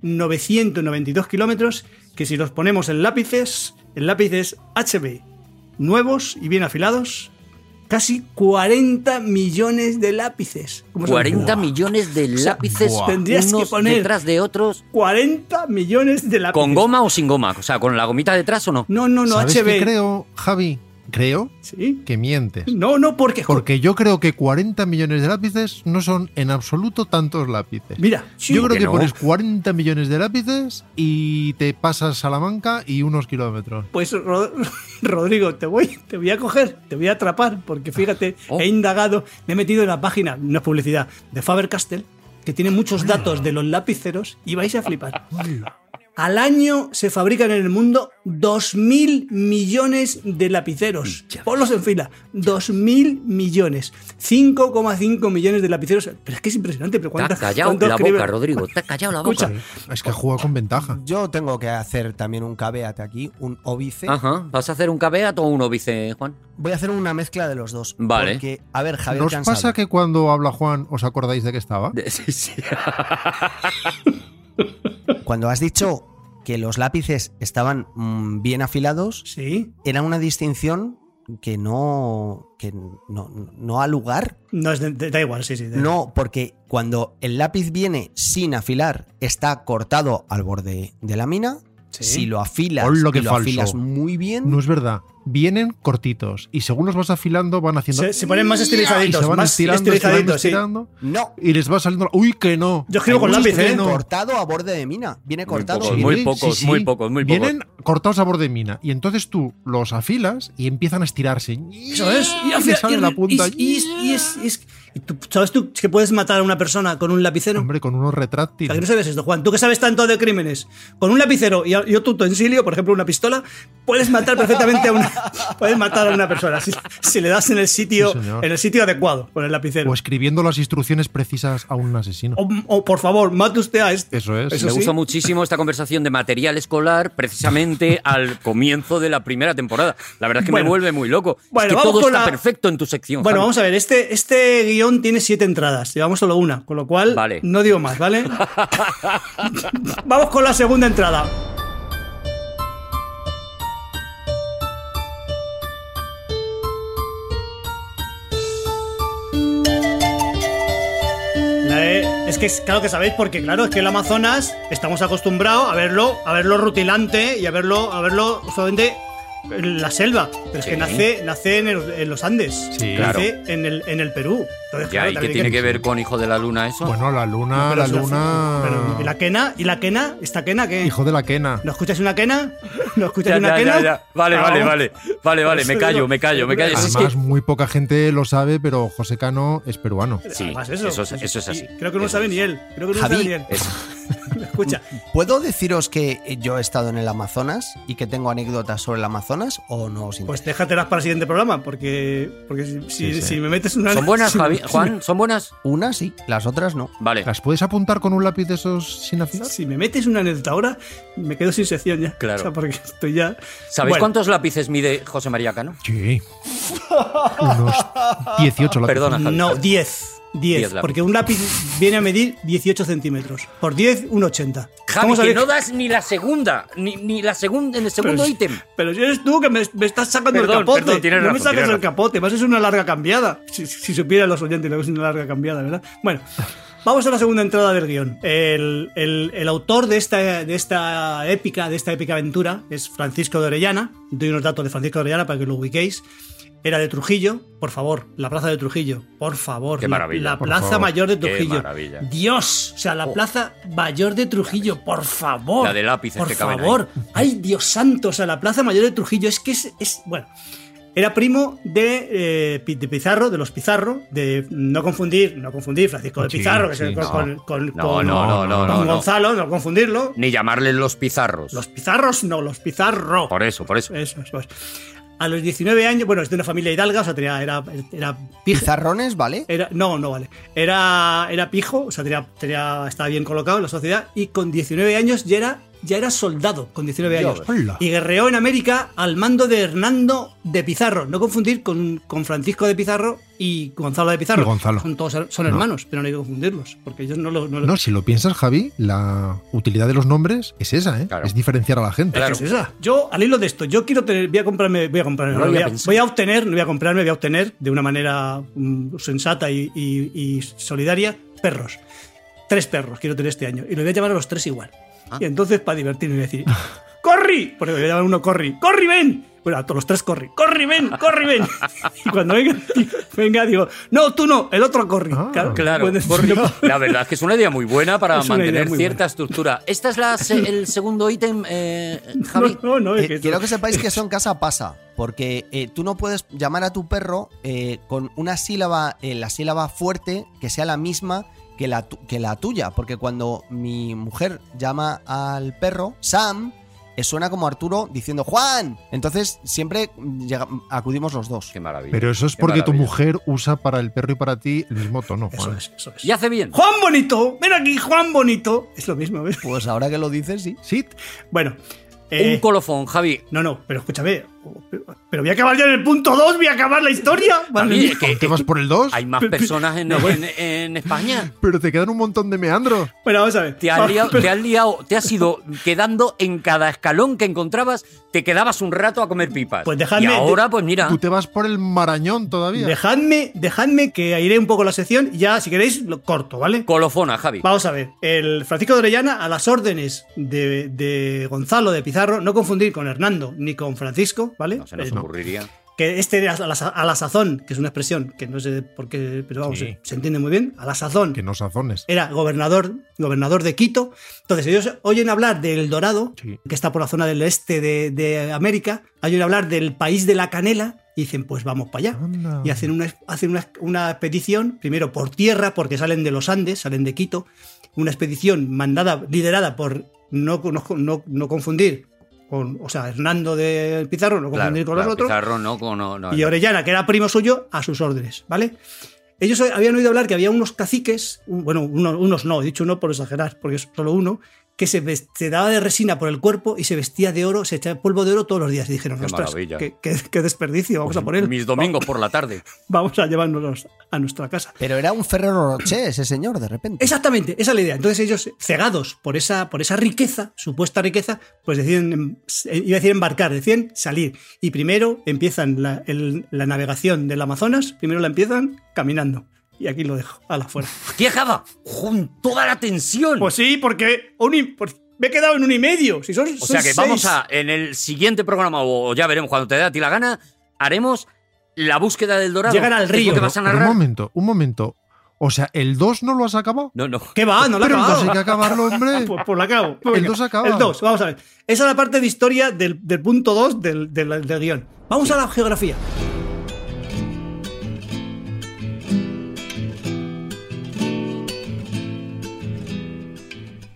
6.992 kilómetros, que si los ponemos en lápices, en lápices HB, nuevos y bien afilados, casi 40 millones de lápices. ¿Cómo se llama?
40 millones de lápices
buah.
Tendrías que
unos
poner-
detrás de otros.
40 millones de lápices.
¿Con goma o sin goma? O sea, ¿con la gomita detrás o no?
No, (laughs) no, no,
¿Sabes
HB.
qué creo, Javi? Creo
¿Sí?
que
(laughs)
mientes.
No, no, porque...
Porque yo creo que 40 millones de lápices no son en absoluto tantos lápices.
Mira,
yo creo
que
que,
no.
pones 40 millones de lápices y te pasas Salamanca y unos kilómetros.
Pues Ro- (laughs) Rodrigo, te voy, te voy a coger, te voy a atrapar, porque fíjate,
Oh.
he indagado, me he metido en la página, no es publicidad, de Faber Castell, que tiene muchos datos de los lapiceros, y vais a flipar. Al año se fabrican en el mundo 2.000 millones de lapiceros. Ponlos en fila. 2.000 millones. 5,5 millones de lapiceros. Pero es que es impresionante. Pero
Te has
¿cuántas-
callado
cuánto
la
escribe-
boca, Rodrigo. Te has callado la boca.
Escucha,
Es que juega con ventaja.
Yo tengo que hacer también un caveat aquí, un óbice.
Ajá. ¿Vas a hacer un caveat o un obice, Juan?
Voy a hacer una mezcla de los dos.
Vale.
Porque, a ver, Javier
¿Nos
Cansado.
pasa que cuando habla Juan os acordáis de que estaba?
De- Sí, (laughs) sí.
Cuando has dicho que los lápices estaban mm, bien afilados,
Sí.
era una distinción que no que no, no ha lugar.
No, es de- de- da igual, sí, sí. da igual.
No, porque cuando el lápiz viene sin afilar, está cortado al borde de la mina.
Sí.
Si lo afilas,
Hola, qué
y lo
falso.
afilas muy bien,
No es verdad. Vienen cortitos y según los vas afilando van haciendo.
Se, se ponen más
y
estilizaditos,
se van
más
estirando, estirando,
estilizaditos, sí.
estirando,
no.
y les va saliendo. la- ¡Uy, que no!
Yo escribo con
Uy,
lápiz,
que
¿eh?
Viene
no.
cortado a borde de mina. Viene
Muy
cortado.
pocos,
sin-
muy pocos, muy pocos, muy pocos.
Vienen cortados a borde de mina y entonces tú los afilas y empiezan a estirarse.
Eso es.
Y
al
le
final-
sale la punta.
Y, y- y- y es, y es- y tú, ¿Sabes tú que puedes matar a una persona con un lapicero?
Hombre, con unos
¿A que no
retráctiles.
sabes esto, Juan? Tú que sabes tanto de crímenes. Con un lapicero y, y otro utensilio, por ejemplo, una pistola, puedes matar perfectamente a una, (laughs) puedes matar a una persona si, si le das en el sitio,
Sí, señor. Pues
en el sitio adecuado con el lapicero.
O escribiendo las instrucciones precisas a un
Oh,
asesino.
o, o, por favor, mate usted a este.
Eso es.
Eso
Me
sí.
gusta muchísimo esta conversación de material escolar,
(laughs)
precisamente al comienzo de la primera temporada. La verdad es que
Bueno.
me vuelve muy loco. Es
Bueno,
que
vamos
todo
con
está
la-
perfecto en tu sección.
Bueno,
Javi.
vamos a ver, este, este guión tiene siete entradas, llevamos solo una, con lo cual
Vale.
no digo más, ¿vale?
(laughs)
vamos con la segunda entrada. La de- es que es- claro que sabéis porque claro es que el Amazonas estamos acostumbrados a verlo a verlo rutilante y a verlo a verlo solamente en la selva pero es que
Sí.
nace nace en, el- en los Andes
Sí.
nace en el en el Perú Entonces,
Ya,
claro,
¿y qué
también
tiene
hay
que ver Ah, con Hijo de la Luna eso?
Bueno, la luna,
Pero
la
es una-
luna.
pero, ¿y la quena y la quena esta quena qué
Ah, Hijo de la quena.
no escuchas una quena (laughs) no escuchas
Ya,
una
ya,
quena
ya, ya. Vale,
Ah,
vale,
vamos.
vale. Vale, vale, me
Eso
callo,
digo.
me callo, me callo. Es
Además,
que-
muy poca gente lo sabe, pero José Cano es peruano.
Sí,
Además,
eso es- eso es
y
así.
creo que no lo
Eso
sabe
es.
ni él creo que no lo
Javi,
sabe ni él (laughs) escucha
¿Puedo deciros que yo he estado en el Amazonas y que tengo anécdotas sobre el Amazonas o no os
Pues
interesa?
déjatelas para el siguiente programa, porque, porque si, si-
sí.
si me metes una.
¿Son buenas,
si-
Javi?
si-
Juan? ¿Son buenas?
Pues
Una sí, las otras no.
Vale.
¿Las puedes apuntar con un lápiz de esos sin afilar?
(laughs) Si me metes una anécdota ahora, me quedo sin sección ya.
Claro.
O sea, porque estoy ya.
¿Sabéis
Bueno,
cuántos lápices mide José María Cano?
Sí. Unos 18 lápices.
Perdona, Javi.
No, 10. 10.
Diez lápices.
Porque un lápiz viene a medir 18 centímetros. Por 10, un 80.
Javi,
¿Cómo
que
sabéis?
no das ni la segunda, ni, ni la segunda, en el segundo
Pero-
ítem.
Pero si eres tú que me, me estás sacando
Perdón,
el capote.
perdón, tienes
no me
razón,
saques
tienes razón.
el capote, más es una larga cambiada. Si, si supieran los oyentes lo que es una larga cambiada, ¿verdad? Bueno, vamos a la segunda entrada del guión. El, el- el autor de esta, de esta épica, de esta épica aventura, es Francisco de Orellana. Doy unos datos de Francisco de Orellana para que lo ubiquéis. Era de Trujillo, por favor, la plaza de Trujillo, por favor,
Qué
la-
maravilla,
la,
por
plaza
favor.
mayor de
Qué
Trujillo.
maravilla. Oh.
Dios, o sea, la plaza mayor de Trujillo, por favor.
La de lápices
por
que caben ahí.
favor, ¡Ay, Dios santo! O sea, la Plaza Mayor de Trujillo es que es. es- bueno, era primo de, eh, Pi- de Pizarro, de los Pizarro, de no confundir, no confundir Francisco de
Sí,
Pizarro, que
sí,
es el- con,
no.
con- con-
No,
con-
no, no, no,
con
no, no.
Gonzalo, no confundirlo.
Ni llamarles los pizarros.
Los Pizarros, no, los Pizarro.
Por eso, por eso.
Eso, eso es. A los 19 años, bueno, es de una familia hidalga, o sea, tenía, era, era
Pizarrones, ¿vale?
era, no, no vale. Era, era pijo, o sea, tenía, tenía- estaba bien colocado en la sociedad y con 19 años ya era, ya era soldado, con 19 años.
hola.
Y guerreó en América al mando de Hernando de Pizarro. No confundir con, con Francisco de Pizarro y Gonzalo de Pizarro.
Y Gonzalo.
Son todos son
No.
hermanos, pero no hay que confundirlos, porque ellos no lo... No, lo-
No, si lo piensas, Javi, la utilidad de los nombres es esa, ¿eh?
Claro.
Es diferenciar a la gente.
Claro.
¿Qué es esa? Yo, al hilo de esto, yo quiero tener, voy a comprarme, voy a comprarme,
No
no,
lo
voy,
había
a,
pensado.
voy a obtener, no voy a comprarme, voy a obtener de una manera mm, sensata y, y- y solidaria perros. Tres perros quiero tener este año y los voy a llamar a los tres igual.
Ah.
Y entonces, para divertirme, voy a decir: (laughs) ¡Corri! Porque voy a llamar a uno Corri. ¡Corri, ven! Bueno, a todos los tres corri. ¡Corri, ven! ¡Corri, ven! (laughs) Y cuando venga, (laughs) venga digo: No, tú no, el otro corri.
Ah,
Claro,
puedes-
Corri. la verdad es que es una idea muy buena para
(laughs) Es una idea
mantener
muy
cierta
buena.
estructura. Esta es la se- el segundo ítem,
(laughs)
eh, Javi.
No, no, no, es
Eh,
que eso-
quiero que sepáis que eso en casa pasa, porque eh, tú no puedes llamar a tu perro eh, con una sílaba, eh, la sílaba fuerte que sea la misma que la, tu- que la tuya, porque cuando mi mujer llama al perro, Sam, eh, suena como Arturo diciendo Juan. Entonces siempre llega- acudimos los dos.
Qué maravilla.
Pero eso es
Qué
porque tu
maravilla.
mujer usa para el perro y para ti el mismo tono,
Eso
Juan.
es, eso es.
Y hace bien.
Juan Bonito, ven aquí, Juan Bonito. Es lo mismo, ¿ves?
Pues ahora que lo dices, sí.
Sí,
Bueno. eh,
Un colofón, Javi.
No, no, pero escúchame, Pero voy a acabar ya en el punto 2, voy a acabar
(laughs)
la historia. Madre
También
mía.
es que- eh,
¿Te vas por el 2?
hay más personas en, en- en España.
Pero te quedan un montón de meandros.
Bueno, vamos a ver.
Te has liado, te has liado, te has ido quedando en cada escalón que encontrabas, te quedabas un rato a comer pipas.
Pues dejadme-
Y ahora, pues mira,
Tú te vas por el marañón todavía.
Dejadme, dejadme que aire un poco la sección y ya, si queréis, lo corto, ¿vale?
colofona, Javi.
Vamos a ver, el Francisco de Orellana, a las órdenes de, de Gonzalo de Pizarro, no confundir con Hernando ni con Francisco, ¿vale?
No se nos
Eh,
ocurriría.
que este era a la, sa- a la sazón, que es una expresión que no sé por qué, pero vamos,
Sí.
se, se entiende muy bien, a la sazón
Que no sazones.
era gobernador, gobernador de Quito. Entonces, ellos oyen hablar del Dorado,
Sí.
que está por la zona del este de, de América, oyen hablar del país de la canela y dicen, pues vamos para allá.
Anda.
Y hacen, una, hacen una, una expedición, primero por tierra, porque salen de los Andes, salen de Quito, una expedición mandada, liderada por, no, no, no- no confundir, con, o sea, Hernando de Pizarro, no
Claro,
confundir con
claro,
los otros,
Pizarro no, con- no, no,
y Orellana, que era primo suyo, a sus órdenes, ¿vale? Ellos habían oído hablar que había unos caciques, un- bueno, uno- unos no, he dicho uno por exagerar, porque es solo uno, que se, ves- se daba de resina por el cuerpo y se vestía de oro, se echaba polvo de oro todos los días. Y dijeron,
Qué
ostras,
maravilla. Pues
qué, qué- qué desperdicio, vamos a por él,
Mis domingos por la tarde.
vamos a llevárnoslos a nuestra casa.
Pero era un Ferrero Rocher ese señor, de repente.
Exactamente, esa es la idea. Entonces ellos, cegados por esa, por esa riqueza, supuesta riqueza, pues deciden, em, se- iba a decir embarcar, deciden salir. Y primero empiezan la, el- la navegación del Amazonas, primero la empiezan caminando. Y aquí lo dejo, a la fuera.
¿Qué, Java? Con toda la tensión.
(laughs) Pues sí, porque un y- por- me he quedado en un y medio. Si son,
o sea que vamos a, en el siguiente programa, o ya veremos cuando te dé a ti la gana, haremos la búsqueda del dorado.
Llegan al
¿Es lo
río,
que vas a
Pero un
narrar?
momento, un momento. O sea, ¿el 2 no lo has acabado?
No, no.
¿Qué va? No la
Pero entonces hay
acabado.
que acabarlo, hombre.
(laughs) Pues, pues la acabo.
El
Venga,
dos acaba.
El 2, vamos a ver. Esa es la parte de historia del, del punto 2 del, del- del guión. Vamos a la geografía.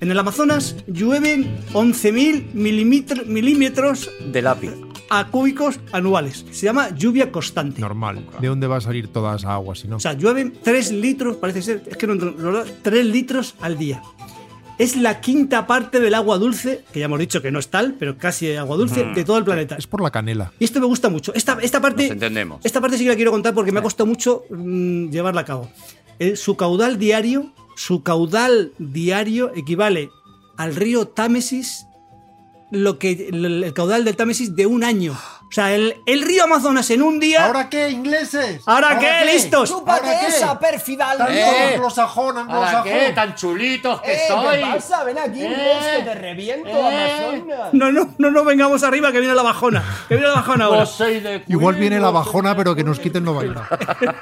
En el Amazonas llueven 11.000 milímetro- milímetros
De lápiz.
a cúbicos anuales. Se llama lluvia constante.
Normal. ¿De dónde va a salir toda esa agua si no?
O sea, llueven 3 litros, parece ser, es que no, entro- no, 3 litros al día. Es la quinta parte del agua dulce, que ya hemos dicho que no es tal, pero casi agua dulce, de todo el planeta.
es por la canela.
Y esto me gusta mucho. Esta, esta parte.
Nos entendemos.
Esta parte sí que la quiero contar porque me ha costado mucho mm, llevarla a cabo. Eh, su caudal diario. Su caudal diario equivale al río Támesis. Lo que. El, el caudal del Támesis de un año. O sea, el, el río Amazonas en un día.
¿Ahora qué, ingleses?
¿Ahora qué? ¡Listos!
¿Ahora qué?
¡Chúpate esa, pérfida!
Tanto
Eh.
anglosajón, anglosajón.
tan chulitos
Eh, ¿Qué pasa? Ven aquí, vos, que te reviento, Amazonas.
No, no, no, no vengamos arriba, que viene la bajona. Que viene la bajona ahora.
Igual viene la bajona, pero que nos quiten lo bailado.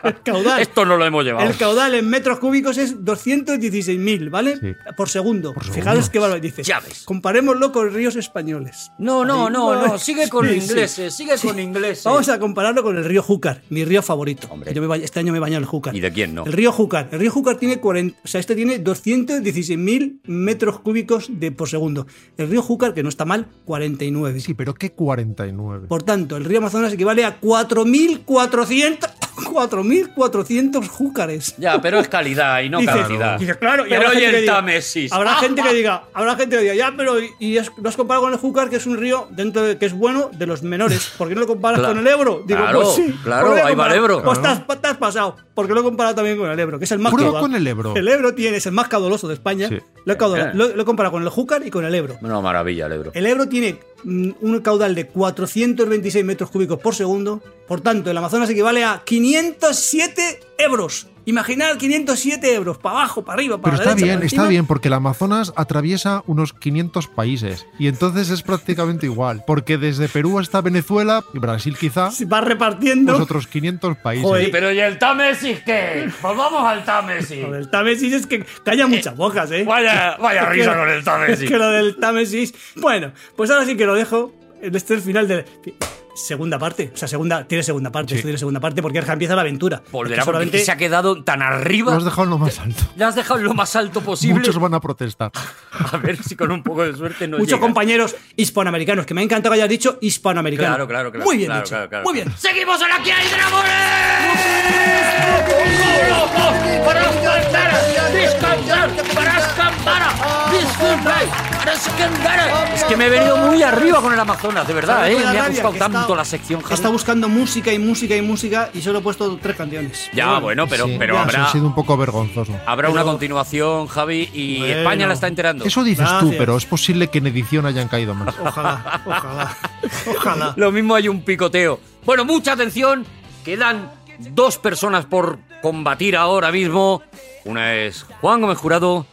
El caudal.
Esto no lo hemos llevado.
El caudal en metros cúbicos es 216.000, ¿vale?
Sí.
Por segundo.
Por segundo.
Fijaros qué valor dice.
Ya ves.
Comparémoslo con ríos españoles.
No, no, no,
Ay,
no. Sigue con
sí,
ingleses, sigue con ingleses.
Vamos a compararlo con el río Júcar, mi río favorito.
Hombre.
Yo me baño- este año me he bañado en el Júcar.
¿Y de quién no?
El río Júcar. El río Júcar tiene 40, o sea, este tiene 216.000 metros cúbicos de, por segundo. El río Júcar, que no está mal, 49.
Sí, pero ¿qué 49?
Por tanto, el río Amazonas equivale a (laughs) 4.400 4.400 júcares.
Ya, pero es calidad y no
Dices,
cantidad.
dices, claro, y
pero
habrá
oye,
gente que
el
diga-
Támesis. Ah,
Habrá gente que diga, habrá gente que diga, ya, pero y, y es- lo has comparado con el Júcar, que es un río dentro de, que es bueno de los menores. ¿Por qué no lo comparas
Claro.
con el Ebro? Digo,
Claro,
pues sí.
claro,
¿por qué lo
ahí va el
comparas?
Ebro.
Pues te has- te, has pasado. Porque lo he comparado también con el Ebro, que es el más
Prueba
caudal-
con el Ebro.
El Ebro tiene, es el más caudaloso de España.
Sí.
Lo, he
Eh.
caudal- lo- lo he comparado con el Júcar y con el Ebro.
Una maravilla, el Ebro.
El Ebro tiene mm, un caudal de 426 metros cúbicos por segundo, por tanto, el Amazonas equivale a 507 euros. Imaginar 507 euros, para abajo, para arriba,
Pero
para la
está
derecha,
bien,
para
está
encima.
bien, porque el Amazonas atraviesa unos 500 países. Y entonces es prácticamente igual. Porque desde Perú hasta Venezuela y Brasil quizá,
Se va repartiendo.
los otros 500 países.
Joder.
Pero ¿y el Támesis qué? Volvamos al Támesis.
Lo del Támesis es que calla muchas bocas, ¿eh?
Vaya, vaya
Es que-
risa con el
Es
Támesis.
que lo del Támesis. Bueno, pues ahora sí que lo dejo. Este es el final de. Segunda parte. O sea, segunda. Tiene segunda parte. Esto tiene segunda parte porque Arja empieza la aventura. Es
Volverá
que
porque
solamente-
se ha quedado tan
Lo
arriba.
has dejado en lo más alto.
Le has dejado en lo más alto posible.
Muchos van a protestar.
(laughs) A ver si con un poco de suerte no
muchos
llega.
compañeros hispanoamericanos, que me ha encantado que hayas dicho hispanoamericano.
Claro, claro, claro.
Muy bien
claro,
dicho.
claro, claro.
Muy bien.
¡Seguimos en Aquí hay dragones!
Para cantar, descansar, para escampar, disfrutar,
Es que me he venido muy arriba con el Amazonas, de verdad,
¿Sabes
¿eh?
lo que da
Me ha
rabia?
gustado
Que
tanto
está-
la sección
que Está
Javi.
buscando música y música y música y solo he puesto tres canciones.
Ya, bueno, pero,
Sí,
pero
eso
habrá,
ha sido un poco vergonzoso.
habrá una
pero-
continuación, Javi, y
Bueno.
España la está enterando.
Eso dices tú,
Gracias.
pero es posible que en edición hayan caído más.
Ojalá, ojalá,
(laughs)
ojalá.
Lo mismo hay un picoteo. Bueno, mucha atención. Quedan dos personas por combatir ahora mismo. Una es Juan Gómez Jurado,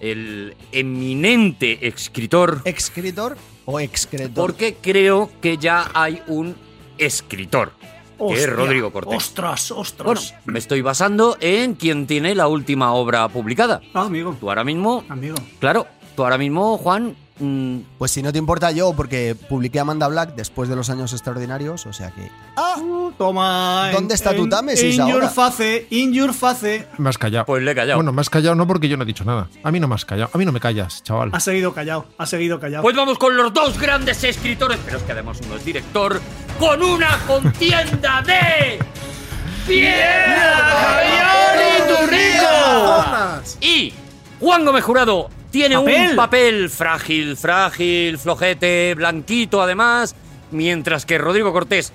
el eminente escritor,
¿Excretor o excretor?
porque creo que ya hay un escritor, que es
Hostia,
Rodrigo Cortés.
Ostras, ostras.
Bueno, me estoy basando en quien tiene la última obra publicada.
Ah, amigo,
Tú ahora mismo,
amigo.
claro, tú ahora mismo, Juan, mm,
Pues si no te importa yo, porque publiqué Amanda Black después de los años extraordinarios, o sea que.
Ah.
Toma. en-
¿Dónde está tu
en-
Támesis
In your
ahora?
face, in your face.
Me has callado.
pues le he callado.
Bueno, me has callado no porque yo no he dicho nada. A mí no me has callado. A mí no me callas, chaval.
Ha seguido callado, ha seguido callado.
Pues vamos con los dos grandes escritores, pero es que además uno es director, con una contienda de. ¡Piedra, Javier Iturriza! Y Juan Gómez Jurado tiene un
Papel.
papel frágil, frágil, flojete, blanquito además, mientras que Rodrigo Cortés.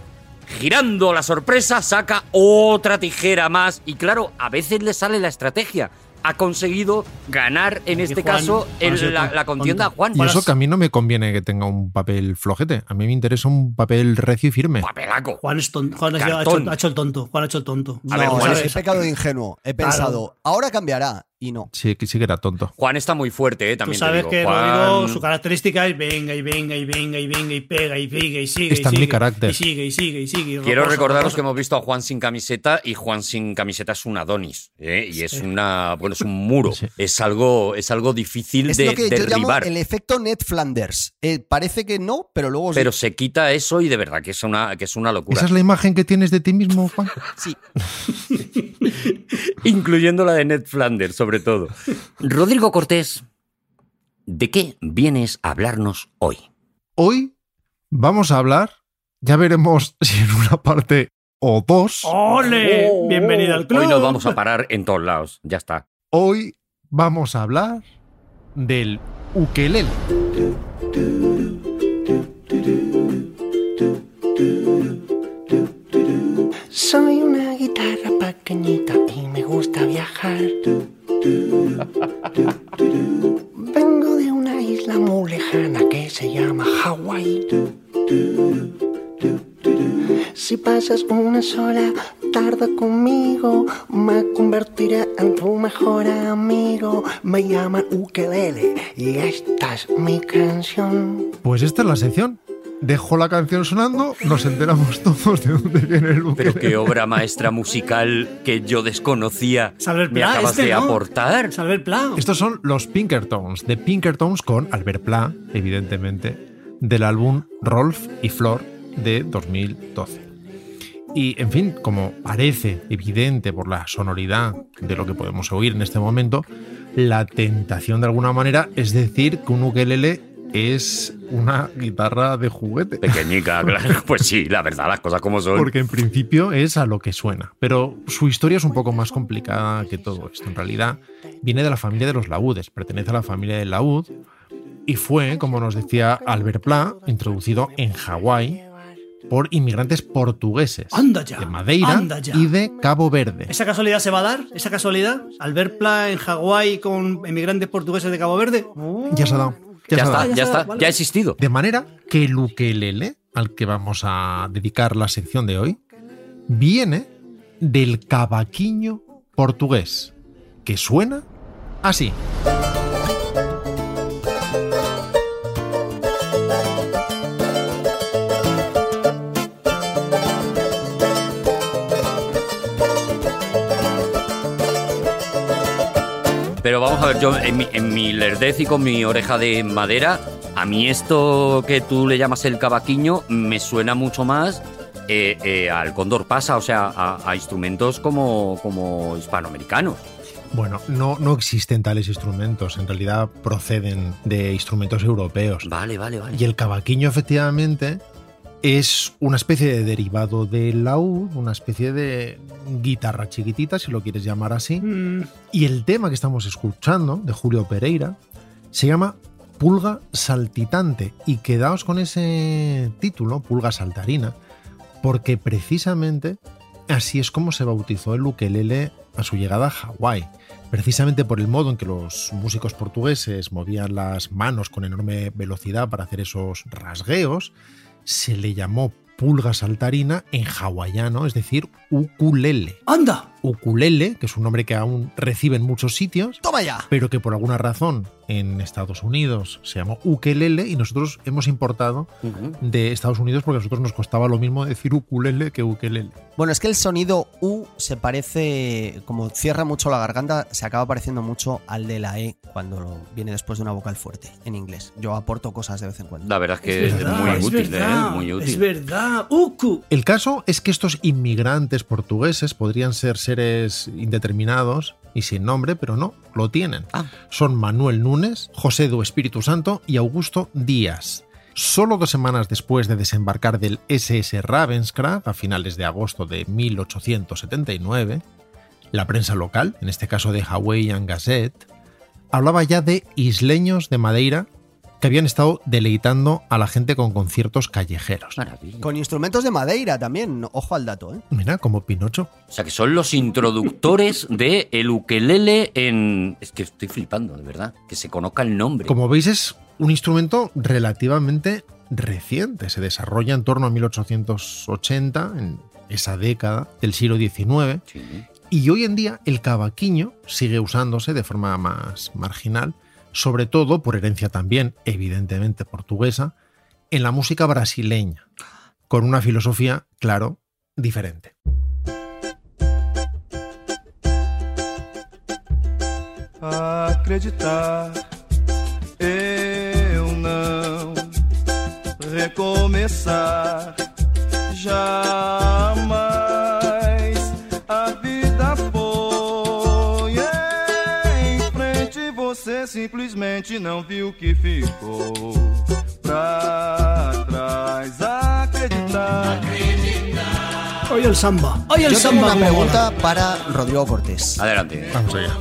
Girando la sorpresa, saca otra tijera más y claro, a veces le sale la estrategia. Ha conseguido ganar, en este
Juan,
caso,
Juan ha
el-
sido
la,
tonto,
la contienda a
tonto.
Juan.
Y eso
Buenas-
que a mí no me conviene que tenga un papel flojete. A mí me interesa un papel recio y firme.
papelaco.
Juan, es ton- Juan ha sido- ha,
Cartón.
hecho, ha hecho el tonto. Juan ha hecho el tonto.
A ver,
no,
Juan,
he- he
¿sabes?
pecado de ingenuo. He
Claro.
pensado, ahora cambiará. Y no.
Sí, que sí que era tonto.
Juan está muy fuerte, eh,
Tú
también.
sabes
te digo.
que
Juan-
Rodrigo, su característica es venga y venga y venga y venga y pega y sigue y sigue.
Este
Está
y
en mi
sigue,
carácter.
Y sigue y sigue y sigue. y
Quiero
rocoso,
recordaros que
rocoso.
hemos visto a Juan sin camiseta y Juan sin camiseta es un Adonis. eh, Y es una. Bueno, es un muro.
Sí.
Es algo, es algo difícil
Es
de
lo que yo llamo
derribar.
el efecto Ned Flanders. Eh, parece que no, pero luego sí.
Pero se quita eso y de verdad que es una, que es una locura.
¿Esa es la imagen que tienes de ti mismo, (laughs) Juan?
sí.
Incluyendo la de Ned Flanders, sobre todo. Rodrigo Cortés, ¿de qué vienes a hablarnos hoy?
Hoy vamos a hablar, ya veremos (laughs) si en una parte o dos,
¡Ole!
Oh,
Bienvenido al club.
Hoy nos vamos a parar en todos lados. Ya está.
hoy vamos a hablar del ukelele.
Soy una guitarra pequeñita y me gusta viajar. Vengo de una isla muy lejana que se llama Hawái. Si pasas una sola tarde conmigo, me convertiré en tu mejor amigo. Me llaman Ukelele y esta es mi canción.
Pues esta es la sección. Dejo la canción sonando, nos enteramos (laughs) todos de dónde viene el
Pero
ukelele.
qué obra maestra musical que yo desconocía
Saber
me
Pla,
acabas
este,
de
¿no?
aportar.
Salve el plan.
Este
Estos son los Pinkertons, de Pinkertons con Albert Pla, evidentemente, del álbum Rolf y Flor de 2012. Y, en fin, como parece evidente por la sonoridad de lo que podemos oír en este momento, la tentación de alguna manera es decir que un ukelele es una guitarra de juguete.
Pequeñica, claro. (laughs) Pues sí, la verdad, las cosas como son.
Porque en principio es a lo que suena, pero su historia es un poco más complicada que todo esto. En realidad viene de la familia de los laúdes, pertenece a la familia del laúd y fue, como nos decía Albert Pla, introducido en Hawái por inmigrantes portugueses
Anda ya,
de Madeira
anda ya.
y de Cabo Verde.
¿Esa casualidad se va a dar? ¿Esa casualidad? ¿Al ver Pla en Hawái con emigrantes portugueses de Cabo Verde? Oh,
Ya se ha dado.
Ya,
se ha
está,
dado.
ya está,
vale.
ya ha existido.
De manera que el ukelele, al que vamos a dedicar la sección de hoy, viene del cavaquinho portugués, que suena así.
Pero vamos a ver, yo en mi, en mi lerdez y con mi oreja de madera, a mí esto que tú le llamas el cavaquinho me suena mucho más eh, eh, al cóndor pasa, o sea, a, a instrumentos como, como hispanoamericanos.
Bueno, no, no existen tales instrumentos, en realidad proceden de instrumentos europeos.
Vale, vale, vale.
Y el cavaquinho, efectivamente, es una especie de derivado del laúd, una especie de guitarra chiquitita, si lo quieres llamar así.
Mm,
Y el tema que estamos escuchando, de Julio Pereira, se llama Pulga Saltitante. Y quedaos con ese título, Pulga Saltarina, porque precisamente así es como se bautizó el ukelele a su llegada a Hawái. Precisamente por el modo en que los músicos portugueses movían las manos con enorme velocidad para hacer esos rasgueos, se le llamó pulga saltarina en hawaiano, es decir, ukulele.
¡Anda!
Ukulele, que es un nombre que aún recibe en muchos sitios,
¡Toma ya!
pero que por alguna razón en Estados Unidos se llamó ukelele y nosotros hemos importado de Estados Unidos porque a nosotros nos costaba lo mismo decir ukulele que ukelele.
Bueno, es que el sonido U se parece, como cierra mucho la garganta, se acaba pareciendo mucho al de la E cuando lo- viene después de una vocal fuerte en inglés. Yo aporto cosas de vez en cuando.
La verdad es que es, muy útil, ¿eh?
verdad,
Muy
Es
útil.
verdad. Uku.
El caso es que estos inmigrantes portugueses podrían ser seres indeterminados y sin nombre, pero no, lo tienen.
Ah.
Son Manuel Núñez, José do Espíritu Santo y Augusto Díaz. Solo dos semanas después de desembarcar del SS Ravenscraft, a finales de agosto de 1879, la prensa local, en este caso de Hawaiian Gazette, hablaba ya de isleños de Madeira que habían estado deleitando a la gente con conciertos callejeros.
Maravilla.
Con instrumentos de madeira también, ojo al dato, ¿eh?
Mira, como Pinocho.
O sea, que son los introductores de el ukelele en... Es que estoy flipando, de verdad. Que se conozca el nombre.
Como veis, es un instrumento relativamente reciente. Se desarrolla en torno a 1880, en esa década del siglo XIX.
Sí.
Y hoy en día el cavaquinho sigue usándose de forma más marginal, sobre todo por herencia también, evidentemente portuguesa, en la música brasileña, con una filosofía, claro, diferente.
acreditar. Eu não recomeçar jamais. A vida foi em frente, você simplesmente não viu o que ficou pra trás. Acreditar.
Oye el samba. Oye el
Yo tengo
samba.
una
cómo mola.
pregunta para Rodrigo Cortés.
Adelante.
Vamos allá.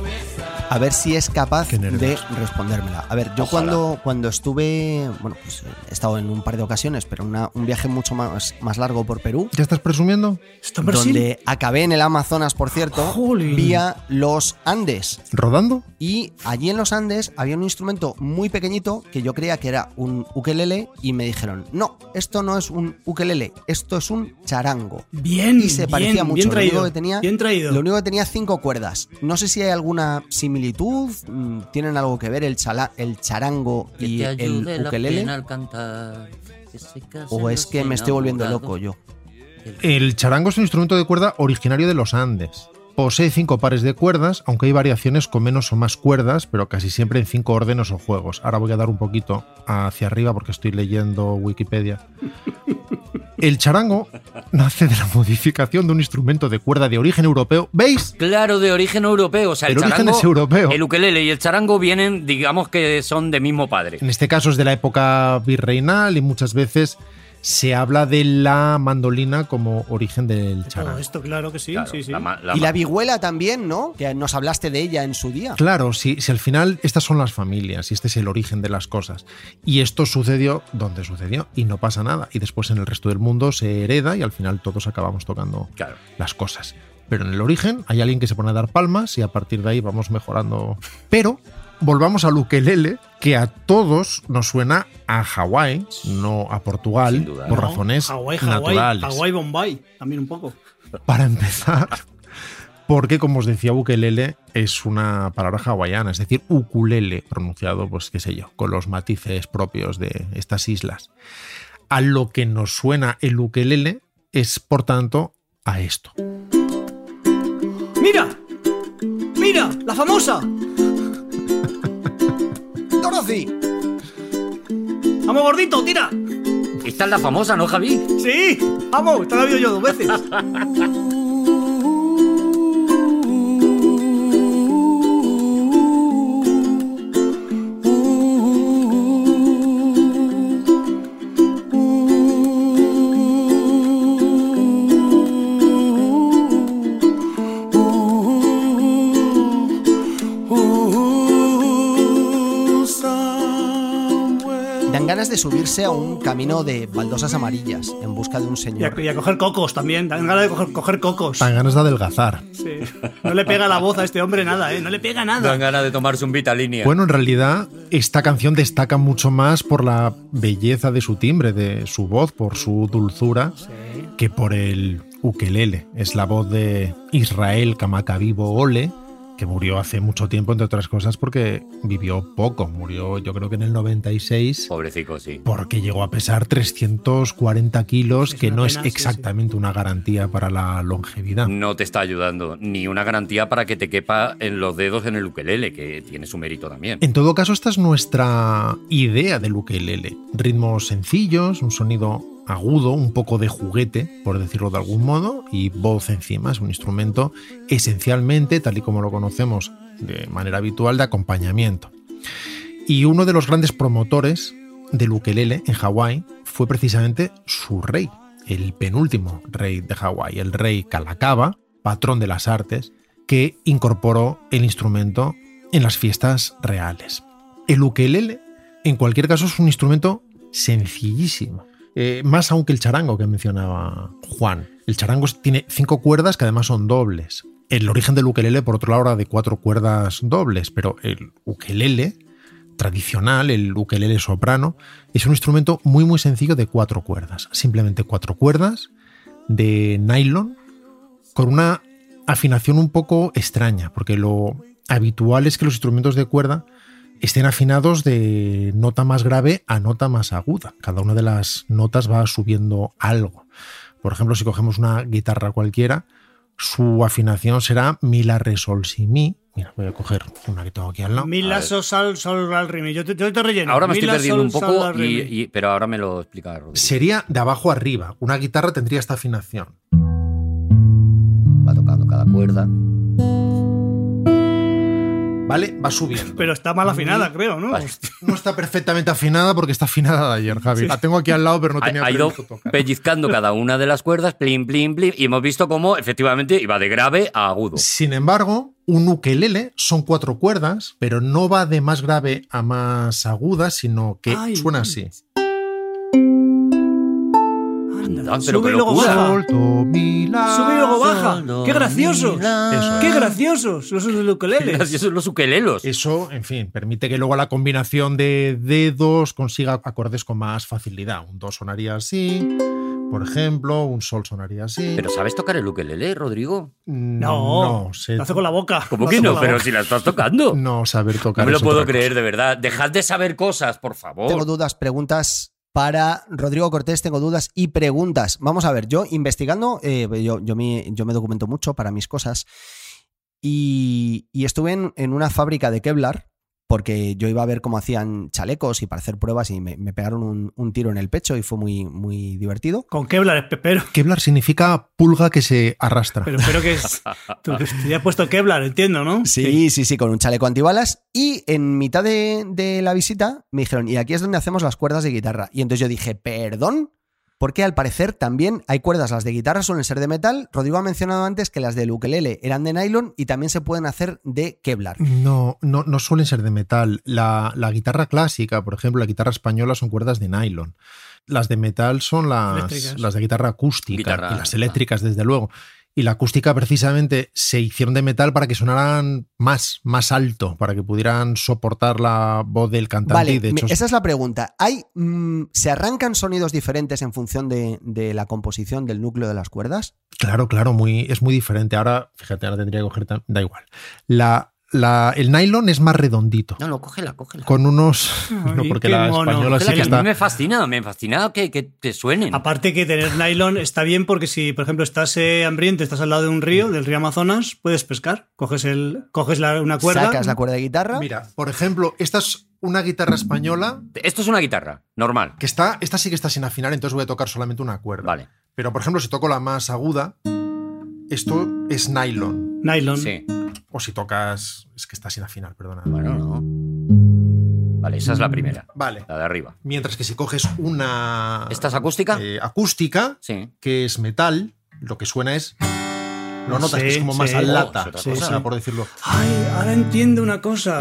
A ver si es capaz
Qué nervios.
de respondérmela. A ver, yo
Ojalá.
cuando, cuando estuve, bueno, pues eh, he estado en un par de ocasiones, pero una- un viaje mucho más, más largo por Perú,
¿Ya estás presumiendo?
¿Está en Brasil?
donde acabé en el Amazonas, por cierto,
Jolín.
vía los Andes.
¿Rodando?
Y allí en los Andes había un instrumento muy pequeñito que yo creía que era un ukelele y me dijeron, no, esto no es un ukelele, esto es un charango.
Bien,
Y se
bien,
parecía mucho.
Bien
Lo único
traído.
que tenía-
bien traído.
Lo único que tenía cinco cuerdas. No sé si hay alguna similitud, mm, tienen algo que ver el, chala- el charango y el ukelele, o es que me estoy volviendo loco yo.
El charango es un instrumento de cuerda originario de los Andes. Posee cinco pares de cuerdas, aunque hay variaciones con menos o más cuerdas, pero casi siempre en cinco órdenes o juegos. Ahora voy a dar un poquito hacia arriba porque estoy leyendo Wikipedia. El charango nace de la modificación de un instrumento de cuerda de origen europeo. ¿Veis?
Claro, de origen europeo. O sea, el,
El origen
charango,
es europeo.
El ukelele y el charango vienen, digamos que son de mismo padre.
En este caso es de la época virreinal y muchas veces se habla de la mandolina como origen del
Todo
charango.
Oh, esto, claro que sí.
Claro,
sí, sí.
la ma- la
y la
ma-
vihuela también, ¿no? Que nos hablaste de ella en su día.
Claro, si, si al final estas son las familias y este es el origen de las cosas. Y esto sucedió donde sucedió y no pasa nada. Y después en el resto del mundo se hereda y al final todos acabamos tocando
Claro.
las cosas. Pero en el origen hay alguien que se pone a dar palmas y a partir de ahí vamos mejorando. Pero volvamos al ukelele, que a todos nos suena a Hawái, no a Portugal,
Sin duda,
por
¿No?
razones
Oh, Hawái, Hawái,
naturales.
Hawái, Bombay. También un poco.
Para empezar, porque como os decía, ukelele es una palabra hawaiana, es decir, ukulele, pronunciado, pues qué sé yo, con los matices propios de estas islas. A lo que nos suena el ukelele es, por tanto, a esto.
¡Mira! ¡Mira!
(laughs)
¡La famosa!
¡Dorothy!
¡Vamos, gordito! ¡Tira!
Esta es la famosa, ¿no, Javi?
¡Sí! ¡Vamos! Te la he oído yo dos
(laughs)
veces.
ganas de subirse a un camino de baldosas amarillas en busca de un
Y a,
señor.
y a coger cocos también. Dan ganas de coger, coger cocos.
Tan ganas de adelgazar.
Sí. No le pega la voz a este hombre nada, ¿eh? No le pega
Dan
nada.
ganas de tomarse un Vitalinia.
Bueno, en realidad esta canción destaca mucho más por la belleza de su timbre, de su voz, por su dulzura, que por el ukelele. Es la voz de Israel Kamakavivo Ole, que murió hace mucho tiempo, entre otras cosas, porque vivió poco. Murió yo creo que en el 96.
Pobrecico, sí.
Porque llegó a pesar 340 kilos,
Es
que
una
no
pena,
es
sí, sí.
exactamente una garantía para la longevidad.
No te está ayudando. Ni una garantía para que te quepa en los dedos en el ukelele, que tiene su mérito también.
En todo caso, esta es nuestra idea del ukelele. Ritmos sencillos, un sonido agudo, un poco de juguete, por decirlo de algún modo, y voz encima. Es un instrumento esencialmente, tal y como lo conocemos de manera habitual, de acompañamiento. Y uno de los grandes promotores del ukelele en Hawái fue precisamente su rey, el penúltimo rey de Hawái, el rey Kalakava, patrón de las artes, que incorporó el instrumento en las fiestas reales. El ukelele, en cualquier caso, es un instrumento sencillísimo. Eh, más aún que el charango que mencionaba Juan. El charango tiene cinco cuerdas que además son dobles. El origen del ukelele, por otro lado, era de cuatro cuerdas dobles, pero el ukelele tradicional, el ukelele soprano, es un instrumento muy muy sencillo de cuatro cuerdas. Simplemente cuatro cuerdas de nylon con una afinación un poco extraña, porque lo habitual es que los instrumentos de cuerda estén afinados de nota más grave a nota más aguda. Cada una de las notas va subiendo algo. Por ejemplo, si cogemos una guitarra cualquiera, su afinación será mi, la, re, sol, si, mi. Mira, voy a coger una que tengo aquí al lado.
Mil lasos, sol, sol, al rime. Yo te, yo te relleno.
Ahora me
Mil
estoy
lasos,
perdiendo un
sol,
poco,
al
y-
rime.
y- pero ahora me lo explica Rodrigo.
Sería de abajo arriba. Una guitarra tendría esta afinación.
Va tocando cada cuerda.
¿Vale? Va subiendo.
Pero está mal
Mm.
afinada, creo, ¿no? Hostia,
No está perfectamente afinada porque está afinada de ayer, Javi. La tengo aquí al lado, pero no
Ha,
tenía
ha ido
previsto tocar.
pellizcando cada una de las cuerdas, plin, plin, plin, y hemos visto cómo efectivamente iba de grave a agudo.
Sin embargo, un ukelele son cuatro cuerdas, pero no va de más grave a más aguda, sino que
Ay.
suena así.
Anda, pero
Sube
qué
y luego
locura.
baja.
Sol, do, mi, la,
Sube y luego baja.
sol, do,
¡Qué graciosos!
mi, la.
¡Qué graciosos! Los del ukelele.
Así son (laughs) los ukelelos.
Eso, en fin, permite que luego la combinación de dedos consiga acordes con más facilidad. Un do sonaría así, por ejemplo, un sol sonaría así.
¿Pero sabes tocar el ukelele, Rodrigo?
No,
no sé.
lo hace con la boca.
¿Cómo
Lo
que
hace con
no?
la
Pero
boca.
si la estás tocando. No,
No saber tocar.
me lo
es otra
puedo
cosa.
creer, de verdad. Dejad de saber cosas, por
Tengo
favor.
dudas, preguntas para Rodrigo Cortés, tengo dudas y preguntas. Vamos a ver, yo investigando, eh, yo, yo, me, yo me documento mucho para mis cosas y, y estuve en, en una fábrica de Kevlar porque yo iba a ver cómo hacían chalecos y para hacer pruebas y me, me pegaron un, un tiro en el pecho y fue muy, muy divertido.
Con Kevlar, pero.
Kevlar significa pulga que se arrastra.
Pero, pero
(laughs)
que es. Tú te has puesto Kevlar, entiendo, ¿no?
Sí, sí, sí, con un chaleco antibalas. Y en mitad de, de la visita me dijeron, y aquí es donde hacemos las cuerdas de guitarra. Y entonces yo dije, perdón, porque al parecer también hay cuerdas, las de guitarra suelen ser de metal. Rodrigo ha mencionado antes que las de ukelele eran de nylon y también se pueden hacer de Kevlar.
No, no, no suelen ser de metal. La, la guitarra clásica, por ejemplo, la guitarra española son cuerdas de nylon. Las de metal son las,
Eléctricas.
las de guitarra acústica
Guitarra,
y las eléctricas, desde luego. Y la acústica precisamente se hicieron de metal para que sonaran más, más alto, para que pudieran soportar la voz del cantante. y
Vale,
de hecho,
me- esa es la pregunta. ¿Hay, mm, ¿Se arrancan sonidos diferentes en función de, de la composición del núcleo de las cuerdas?
Claro, claro, muy, es muy diferente. Ahora, fíjate, ahora tendría que coger, tam- da igual. La, la- el nylon es más redondito,
No, no, cógela, cógela.
con unos...
Ay,
(laughs) no, porque
qué
la
mono.
española sí
Cógela,
que
que a
está...
mí me fascina, me fascina que, que te suenen.
Aparte que tener nylon está bien porque si, por ejemplo, estás eh, hambriento, estás al lado de un río, del río Amazonas, puedes pescar. Coges el, coges la- una cuerda.
¿Sacas la cuerda de guitarra?
Mira, por ejemplo, esta es una guitarra española
Esto es una guitarra, normal.
que está, esta sí que está sin afinar, entonces voy a tocar solamente una cuerda.
Vale,
Pero por ejemplo, si toco la más aguda, esto es nylon.
Nylon.
sí.
O si tocas, es que está sin afinar, perdona.
Bueno, no. Vale, esa es la primera,
Vale.
la de arriba.
Mientras que si coges una
¿Esta es acústica?
eh, acústica,
Sí.
que es metal, lo que suena es lo notas que es
Sí,
como más
sí.
a
Oh, es
lata,
otra
sí,
cosa.
sí, por decirlo.
Ay, ahora entiendo una cosa.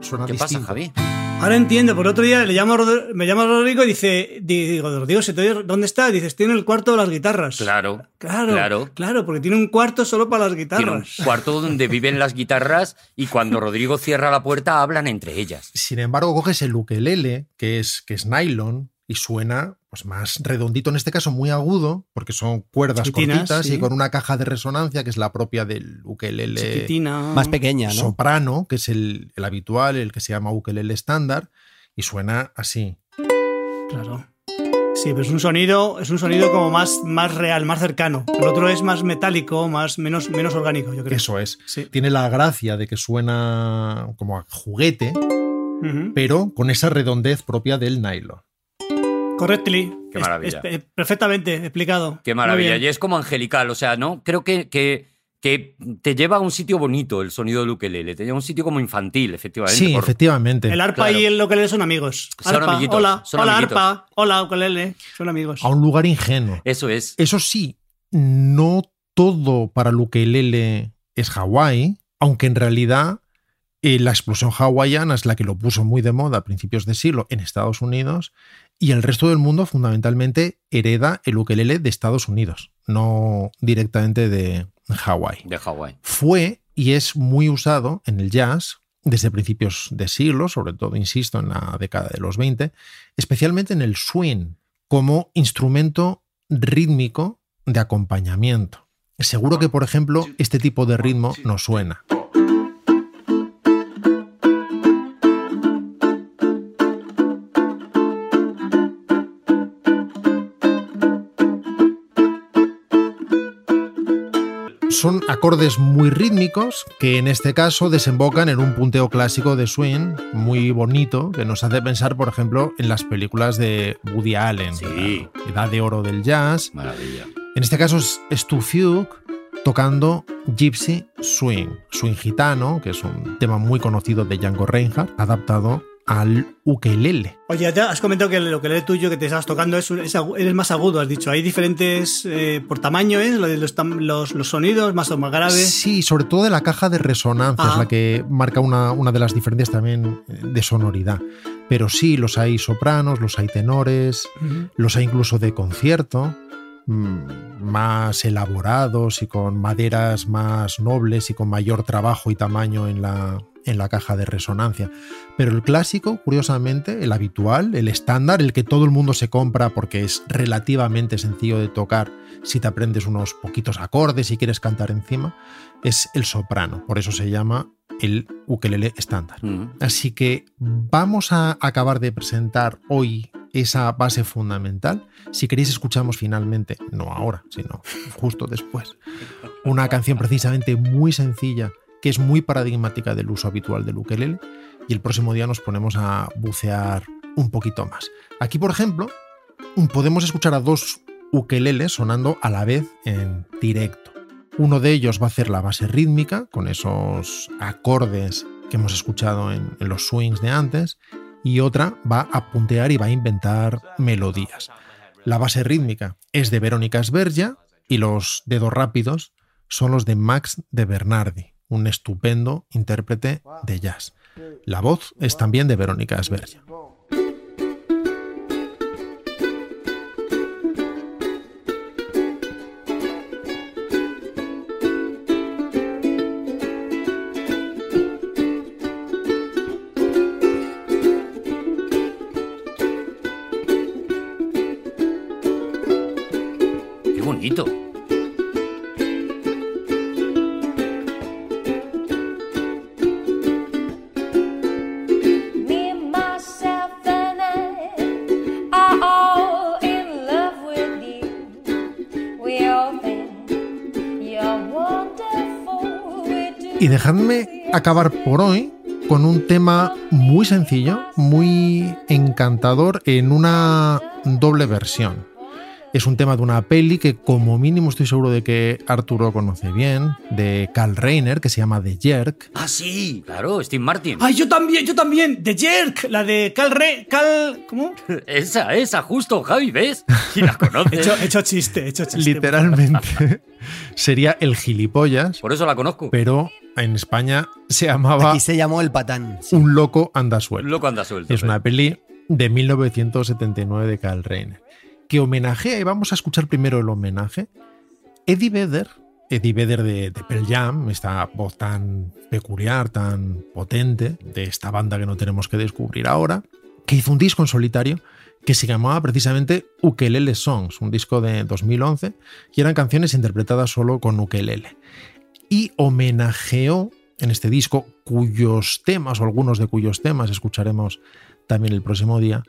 Suena
¿Qué pasa,
distinto.
Javi?
Ahora entiendo, por otro día le llamo a Rodri- me llama Rodrigo y dice, di- digo, Rodrigo, ¿se te oye? ¿dónde está? Dices, estoy en el cuarto de las guitarras.
Claro,
Claro,
claro.
claro, porque tiene un cuarto solo para las
Tiene un
guitarras.
cuarto donde viven las guitarras y
(laughs)
cuando Rodrigo cierra la puerta hablan entre ellas.
Sin embargo, coges el ukelele, que es, que es nylon, y suena pues, más redondito, en este caso muy agudo, porque son cuerdas
Chiquitinas,
cortitas y
sí.
con una caja de resonancia que es la propia del ukelele
Chiquitina.
Más pequeña, ¿no?
soprano, que es el, el habitual, el que se llama ukelele estándar, y suena así.
Claro. Sí, pero es un sonido, es un sonido como más, más real, más cercano. El otro es más metálico, más, menos, menos orgánico, yo creo.
Eso es.
Sí.
Tiene la gracia de que suena como a juguete,
Ujú.
pero con esa redondez propia del nylon.
Correctly.
Qué
Es-
maravilla.
es- eh, perfectamente explicado.
Qué maravilla.
Muy
Y
bien.
es como angelical, o sea, ¿no? Creo que, que, que te lleva a un sitio bonito el sonido de ukelele. Te lleva a un sitio como infantil, efectivamente.
Sí,
por-
efectivamente.
El arpa
Claro.
y el ukelele son amigos.
Son
Arpa,
amiguitos,
hola,
son
hola
amiguitos.
arpa, hola ukelele, son amigos.
A un lugar ingenuo.
Eso es.
Eso sí, no todo para el ukelele es Hawái, aunque en realidad eh, la explosión hawaiana es la que lo puso muy de moda a principios de siglo en Estados Unidos y el resto del mundo fundamentalmente hereda el ukelele de Estados Unidos, no directamente de
Eh.
Hawái
De Hawái.
fue y es muy usado en el jazz desde principios de siglo, sobre todo, insisto, en la década de los 20, especialmente en el swing, como instrumento rítmico de acompañamiento. Seguro que, por ejemplo, este tipo de ritmo nos suena. Son acordes muy rítmicos que en este caso desembocan en un punteo clásico de swing muy bonito que nos hace pensar, por ejemplo, en las películas de Woody Allen,
Sí.
la Edad de Oro del Jazz,
Maravilla.
en este caso es Stu Fugue tocando Gypsy Swing, Swing Gitano, que es un tema muy conocido de Django Reinhardt, adaptado al ukelele.
Oye, te has comentado que el ukelele tuyo que te estabas tocando es, un- es agu- eres más agudo, has dicho. Hay diferentes eh, por tamaño, ¿eh? Lo de Los, tam- los, los sonidos más o más graves.
Sí, sobre todo de la caja de resonancia, es
Ah.
la que marca una, una de las diferencias también eh, de sonoridad. Pero sí, los hay sopranos, los hay tenores,
Ujú.
los hay incluso de concierto, mm, más elaborados y con maderas más nobles y con mayor trabajo y tamaño en la, en la caja de resonancia. Pero el clásico, curiosamente, el habitual, el estándar, el que todo el mundo se compra porque es relativamente sencillo de tocar si te aprendes unos poquitos acordes y quieres cantar encima, es el soprano. Por eso se llama el ukelele estándar.
Mm.
Así que vamos a acabar de presentar hoy esa base fundamental. Si queréis escuchamos finalmente, no ahora, sino justo después, una canción precisamente muy sencilla que es muy paradigmática del uso habitual del ukelele y el próximo día nos ponemos a bucear un poquito más. Aquí, por ejemplo, podemos escuchar a dos ukeleles sonando a la vez en directo. Uno de ellos va a hacer la base rítmica, con esos acordes que hemos escuchado en, en los swings de antes, y otra va a puntear y va a inventar melodías. La base rítmica es de Verónica Svergia y los dedos rápidos son los de Max de Bernardi, un estupendo intérprete de jazz. La voz es también de Verónica Svergia.
Qué bonito.
Me, myself, and I are all in love with you. We all think you're wonderful. We do.
Y dejadme acabar por hoy con un tema muy sencillo, muy encantador en una doble versión. Es un tema de una peli que como mínimo estoy seguro de que Arturo conoce bien, de Carl Reiner, que se llama The Jerk.
Ah, sí, claro, Steve Martin.
¡Ay, yo también, yo también! The Jerk, la de Cal Re... Cal... ¿Cómo?
(laughs) Eh. Esa, esa, justo, Javi,
(laughs)
¿ves? Y la
He
conoces.
hecho, eh. he hecho chiste, he hecho chiste.
Literalmente (laughs) sería el gilipollas,
Por eso la conozco.
pero en España se llamaba
Aquí se llamó el patán.
Un loco anda suelto.
Loco anda suelto.
Es una peli de 1979 de Karl Reiner, que homenajea, y vamos a escuchar primero el homenaje, Eddie Vedder, Eddie Vedder de, de Pearl Jam, esta voz tan peculiar, tan potente, de esta banda que no tenemos que descubrir ahora, que hizo un disco en solitario que se llamaba precisamente Ukelele Songs, un disco de 2011, y eran canciones interpretadas solo con ukelele. Y homenajeó en este disco, cuyos temas, o algunos de cuyos temas escucharemos también el próximo día,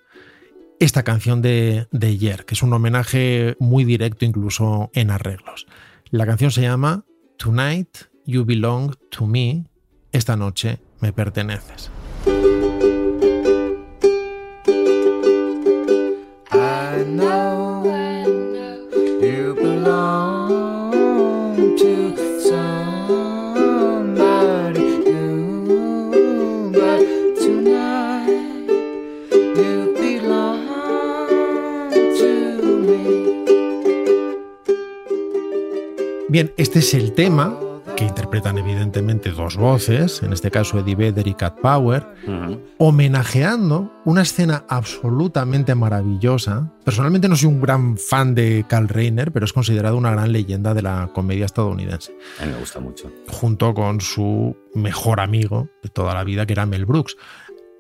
esta canción de, de Jer, que es un homenaje muy directo incluso en arreglos. La canción se llama Tonight You Belong to Me, esta noche me perteneces.
I know you belong to somebody new, but tonight you belong to me.
Bien, este es el tema que interpretan evidentemente dos voces, en este caso Eddie Vedder y Cat Power,
Ujú.
homenajeando una escena absolutamente maravillosa. Personalmente no soy un gran fan de Carl Reiner, pero es considerado una gran leyenda de la comedia estadounidense,
A mí me gusta mucho.
junto con su mejor amigo de toda la vida, que era Mel Brooks.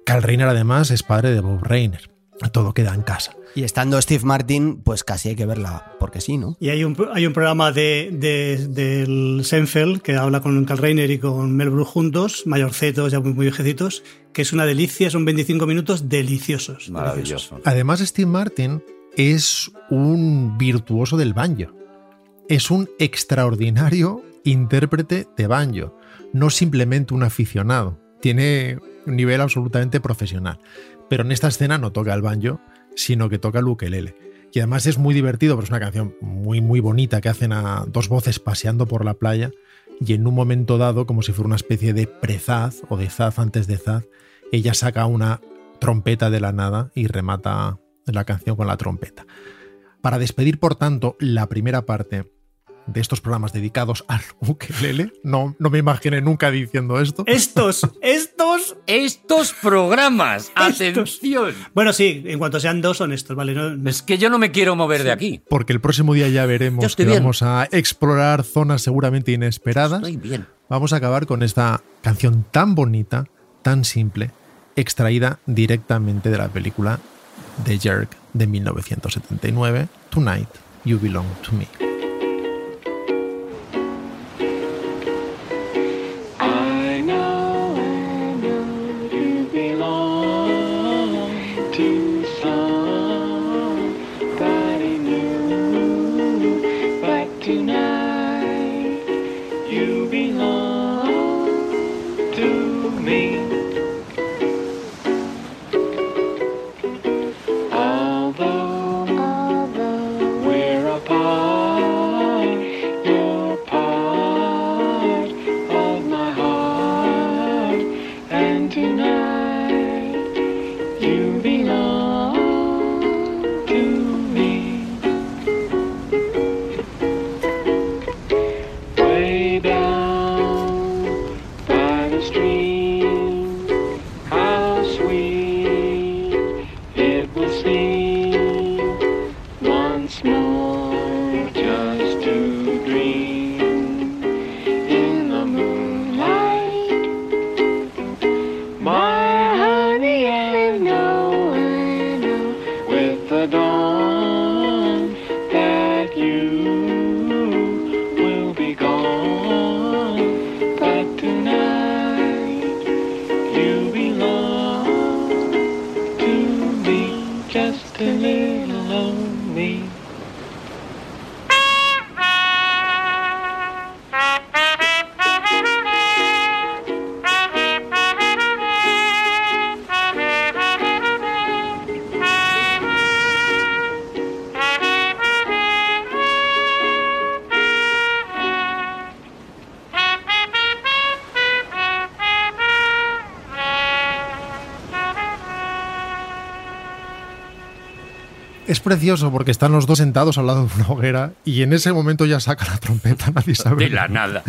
Carl Reiner además es padre de Bob Reiner. Todo queda en casa.
Y estando Steve Martin, pues casi hay que verla, porque sí, ¿no?
Y hay un, hay un programa de, de- del Seinfeld que habla con Carl Reiner y con Mel Brooks juntos, mayorcetos, ya muy, muy viejecitos, que es una delicia, son 25 minutos deliciosos. deliciosos.
Maravilloso.
Además, Steve Martin es un virtuoso del banjo. Es un extraordinario intérprete de banjo, no simplemente un aficionado. Tiene un nivel absolutamente profesional. Pero en esta escena no toca el banjo, sino que toca el ukelele. Y además es muy divertido, pero es una canción muy, muy bonita que hacen a dos voces paseando por la playa y en un momento dado, como si fuera una especie de prezaz o de zaz antes de zaz, ella saca una trompeta de la nada y remata la canción con la trompeta. Para despedir, por tanto, la primera parte de estos programas dedicados al ukelele, no, no me imaginé nunca diciendo esto.
Estos, estos.
Estos programas, atención.
Bueno, sí, en cuanto sean dos son estos, ¿vale? No- no-
Es que yo no me quiero mover de aquí.
Porque el próximo día ya
Yo
veremos
estoy
que
bien.
vamos a explorar zonas seguramente inesperadas.
Estoy bien.
Vamos a acabar con esta canción tan bonita, tan simple, extraída directamente de la película The Jerk de 1979, Tonight You Belong to Me.
I know, I know you belong to somebody new, but tonight you belong to me. Although we're apart, you're part of my heart, and tonight you belong to me. Way down by the stream,
Es precioso porque están los dos sentados al lado de una hoguera y en ese momento ya saca la trompeta, nadie sabe.
De la nada.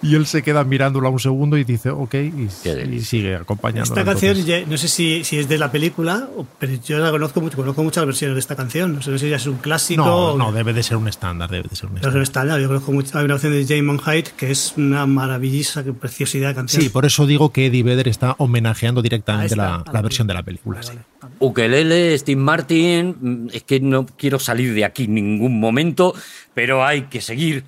Y él se queda mirándola un segundo y dice, ok, y,
Qué
y
delicia.
sigue acompañándola.
Esta canción,
entonces.
ya- no sé si, si es de la película, o- pero yo la conozco mucho, conozco muchas versiones de esta canción. No sé si ya es un clásico.
no,
o-
no, debe de ser un estándar, debe de ser un
no es
estándar.
un estándar. Yo conozco mucho. Hay una canción de Jamon Hyde que es una maravillosa, que preciosidad de canción.
Sí, por eso digo que Eddie Vedder está homenajeando directamente
Ah, está.
la-
Ah,
la,
vale.
versión de la película. sí.
Ukelele, Steve Martin, mm, es que no quiero salir de aquí en ningún momento, pero hay que seguir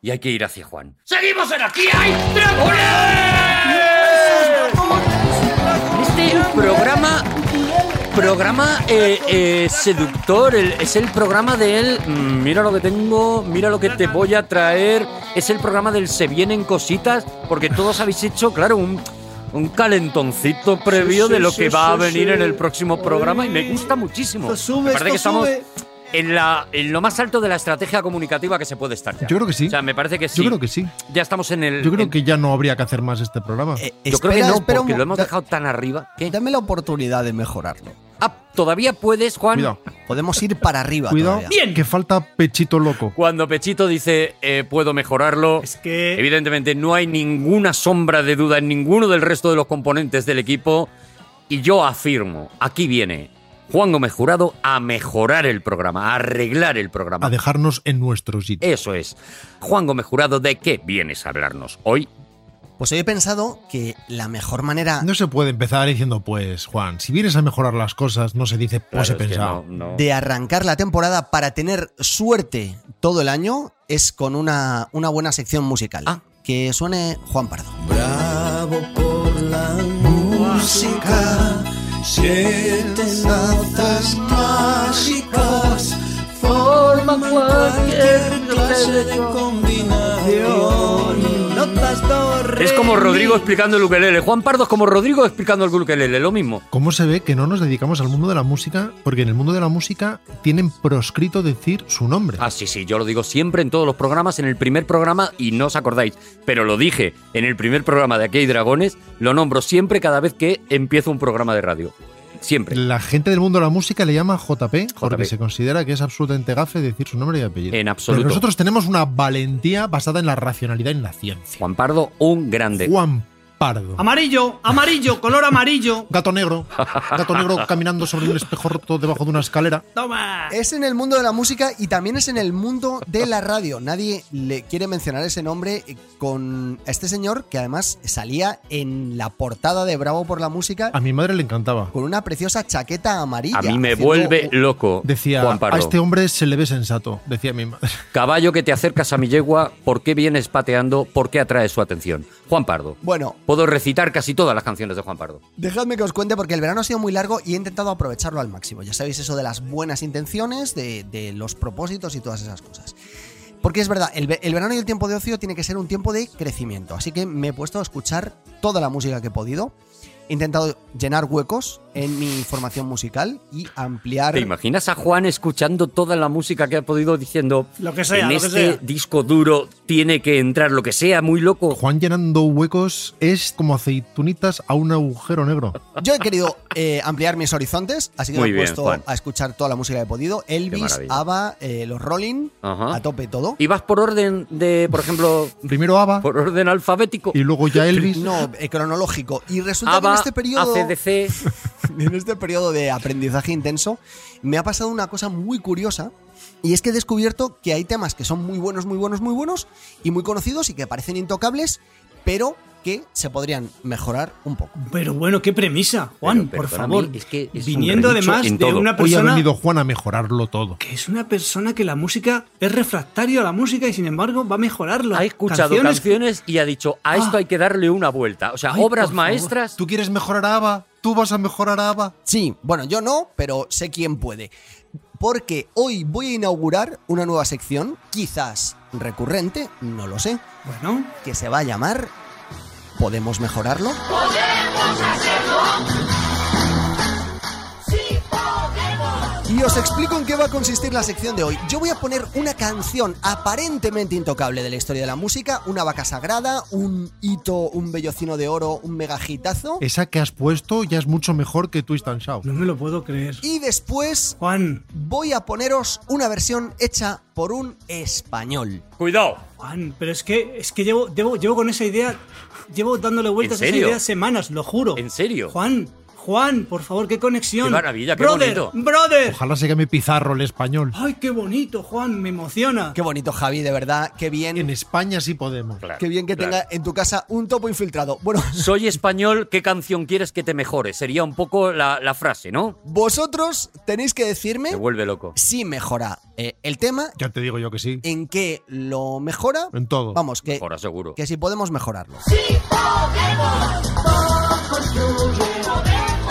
y hay que ir hacia Juan.
¡Seguimos en aquí! ¡Hay dragones!
Este programa, programa eh, eh, seductor, el- es el programa del mm, mira lo que tengo, mira lo que te voy a traer, es el programa del se vienen cositas, porque todos habéis hecho, claro, un, un calentoncito previo
sí,
de lo
sí,
que va a
sí,
venir
sí.
en el próximo programa y me gusta muchísimo.
Esto sube,
me parece que
esto
estamos Oh,
sube.
en, la, en lo más alto de la estrategia comunicativa que se puede estar. ya.
Yo creo que sí.
O sea, me parece que sí.
Yo creo que sí.
Ya estamos en el.
Yo creo
en-
que ya no habría que hacer más este programa.
Eh,
yo creo
espera,
que no,
espera un
porque
mo-
lo hemos
da-
dejado tan arriba. ¿Qué?
Dame la oportunidad de mejorarlo.
Ah, todavía puedes, Juan.
Cuidado,
Podemos ir para arriba.
cuidado,
todavía.
que falta pechito loco.
Cuando Pechito dice eh, puedo mejorarlo,
Es que.
evidentemente no hay ninguna sombra de duda en ninguno del resto de los componentes del equipo. Y yo afirmo, aquí viene Juan Gómez Jurado a mejorar el programa, a arreglar el programa.
A dejarnos en nuestro sitio.
Eso es. Juan Gómez Jurado, ¿de qué vienes a hablarnos hoy?
Pues hoy he pensado que la mejor manera
No se puede empezar diciendo, pues, Juan, si vienes a mejorar las cosas, no se dice, pues
Claro,
he
es que
pensado.
no, no.
de arrancar la temporada para tener suerte todo el año es con una, una buena sección musical.
Ah.
Que suene Juan Pardo.
Bravo por la música, siete nazas mágicas forman cualquier clase de combinación.
Es como Rodrigo explicando el ukelele. Juan Pardo es como Rodrigo explicando el ukelele, lo mismo.
¿Cómo se ve que no nos dedicamos al mundo de la música? Porque en el mundo de la música tienen proscrito decir su nombre.
Ah, sí, sí, yo lo digo siempre en todos los programas, en el primer programa, y no os acordáis, pero lo dije en el primer programa de Aquí hay Dragones, lo nombro siempre cada vez que empiezo un programa de radio. Siempre.
La gente del mundo de la música le llama JP porque
JP.
se considera que es absolutamente gafe decir su nombre y apellido.
En absoluto.
Pero nosotros tenemos una valentía basada en la racionalidad y en la ciencia.
Juan Pardo, un grande.
Juan Pardo.
Amarillo, amarillo, color amarillo.
Gato negro. Gato
(laughs)
negro caminando sobre un espejo roto debajo de una escalera.
Toma.
Es en el mundo de la música y también es en el mundo de la radio. Nadie le quiere mencionar ese nombre eh, con este señor que además salía en la portada de Bravo por la música
A mi madre le encantaba.
con una preciosa chaqueta amarilla.
Ah. A mí me
haciendo
vuelve
un-
loco.
Decía,
Juan Pardo.
a este hombre se le ve sensato, decía mi madre. (laughs)
Caballo que te acercas a mi yegua, ¿por qué vienes pateando? ¿Por qué atraes su atención? Juan Pardo.
Bueno,
Puedo recitar casi todas las canciones de Juan Pardo.
Dejadme que os cuente porque el verano ha sido muy largo y he intentado aprovecharlo al máximo. Ya sabéis eso de las buenas intenciones, de, de los propósitos y todas esas cosas. Porque es verdad, el, ve- el verano y el tiempo de ocio tiene que ser un tiempo de crecimiento. Así que me he puesto a escuchar toda la música que he podido. He intentado llenar huecos en mi formación musical y ampliar...
¿Te imaginas a Juan escuchando toda la música que ha podido diciendo
Lo que sea,
en
lo que
este
sea"?
disco duro tiene que entrar lo que sea, muy loco?
Juan llenando huecos es como aceitunitas a un agujero negro.
Yo he querido eh, ampliar mis horizontes, así que
Muy
me he
bien,
puesto
Juan.
a escuchar toda la música que he podido. Elvis,
maravilla.
ABBA, eh, los Rolling,
Ajá.
a tope todo.
¿Y vas por orden de, por ejemplo,
Primero ABBA
por orden alfabético?
y luego ya Elvis.
No, eh, cronológico. Y resulta que en
ABBA,
este periodo.
ACDC,
(laughs) en este periodo de aprendizaje intenso, me ha pasado una cosa muy curiosa. Y es que he descubierto que hay temas que son muy buenos, muy buenos, muy buenos y muy conocidos y que parecen intocables, pero que se podrían mejorar un poco.
Pero bueno, qué premisa, Juan,
Pero
por
perdona,
favor.
es que es un
Viniendo
redicho
además
en
de
todo.
una
Hoy ha
persona
venido Juan a mejorarlo todo.
que es una persona que la música es refractario a la música y sin embargo va a mejorarla.
ha escuchado canciones, y ha dicho, a esto
Ah.
hay que darle una vuelta. O sea,
Ay,
obras
por favor.
maestras.
¿Tú quieres mejorar a ABBA? ¿Tú vas a mejorar a ABBA?
Sí, bueno, yo no, pero sé quién puede. Porque hoy voy a inaugurar una nueva sección, quizás recurrente, no lo sé,
Bueno,
que se va a llamar ¿Podemos mejorarlo? Y os explico en qué va a consistir la sección de hoy. Yo voy a poner una canción aparentemente intocable de la historia de la música, una vaca sagrada, un hito, un bellocino de oro, un megajitazo.
Esa que has puesto ya es mucho mejor que Twist and Shout.
No me lo puedo creer.
Y después
Juan,
voy a poneros una versión hecha por un español.
Cuidado.
Juan, pero es que es que llevo, llevo, llevo con esa idea, llevo dándole vueltas a esa
serio?
idea semanas, lo juro.
¿En serio?
Juan, Juan, por favor, qué conexión.
Qué maravilla, qué
brother,
bonito.
Brother,
Ojalá se mi pizarro el español.
ay, qué bonito, Juan, me emociona.
Qué bonito, Javi, de verdad, qué
En
bien.
España sí podemos.
Claro,
Qué bien que
claro.
tenga en tu casa un topo infiltrado. Bueno,
Soy español, ¿qué canción quieres que te mejore? Sería un poco la, la frase, ¿no?
vosotros tenéis que decirme
Me vuelve loco.
si mejora eh, el tema,
Ya te digo yo que sí.
en qué lo mejora.
En todo.
Vamos, que,
Ahora seguro.
que si podemos mejorarlo.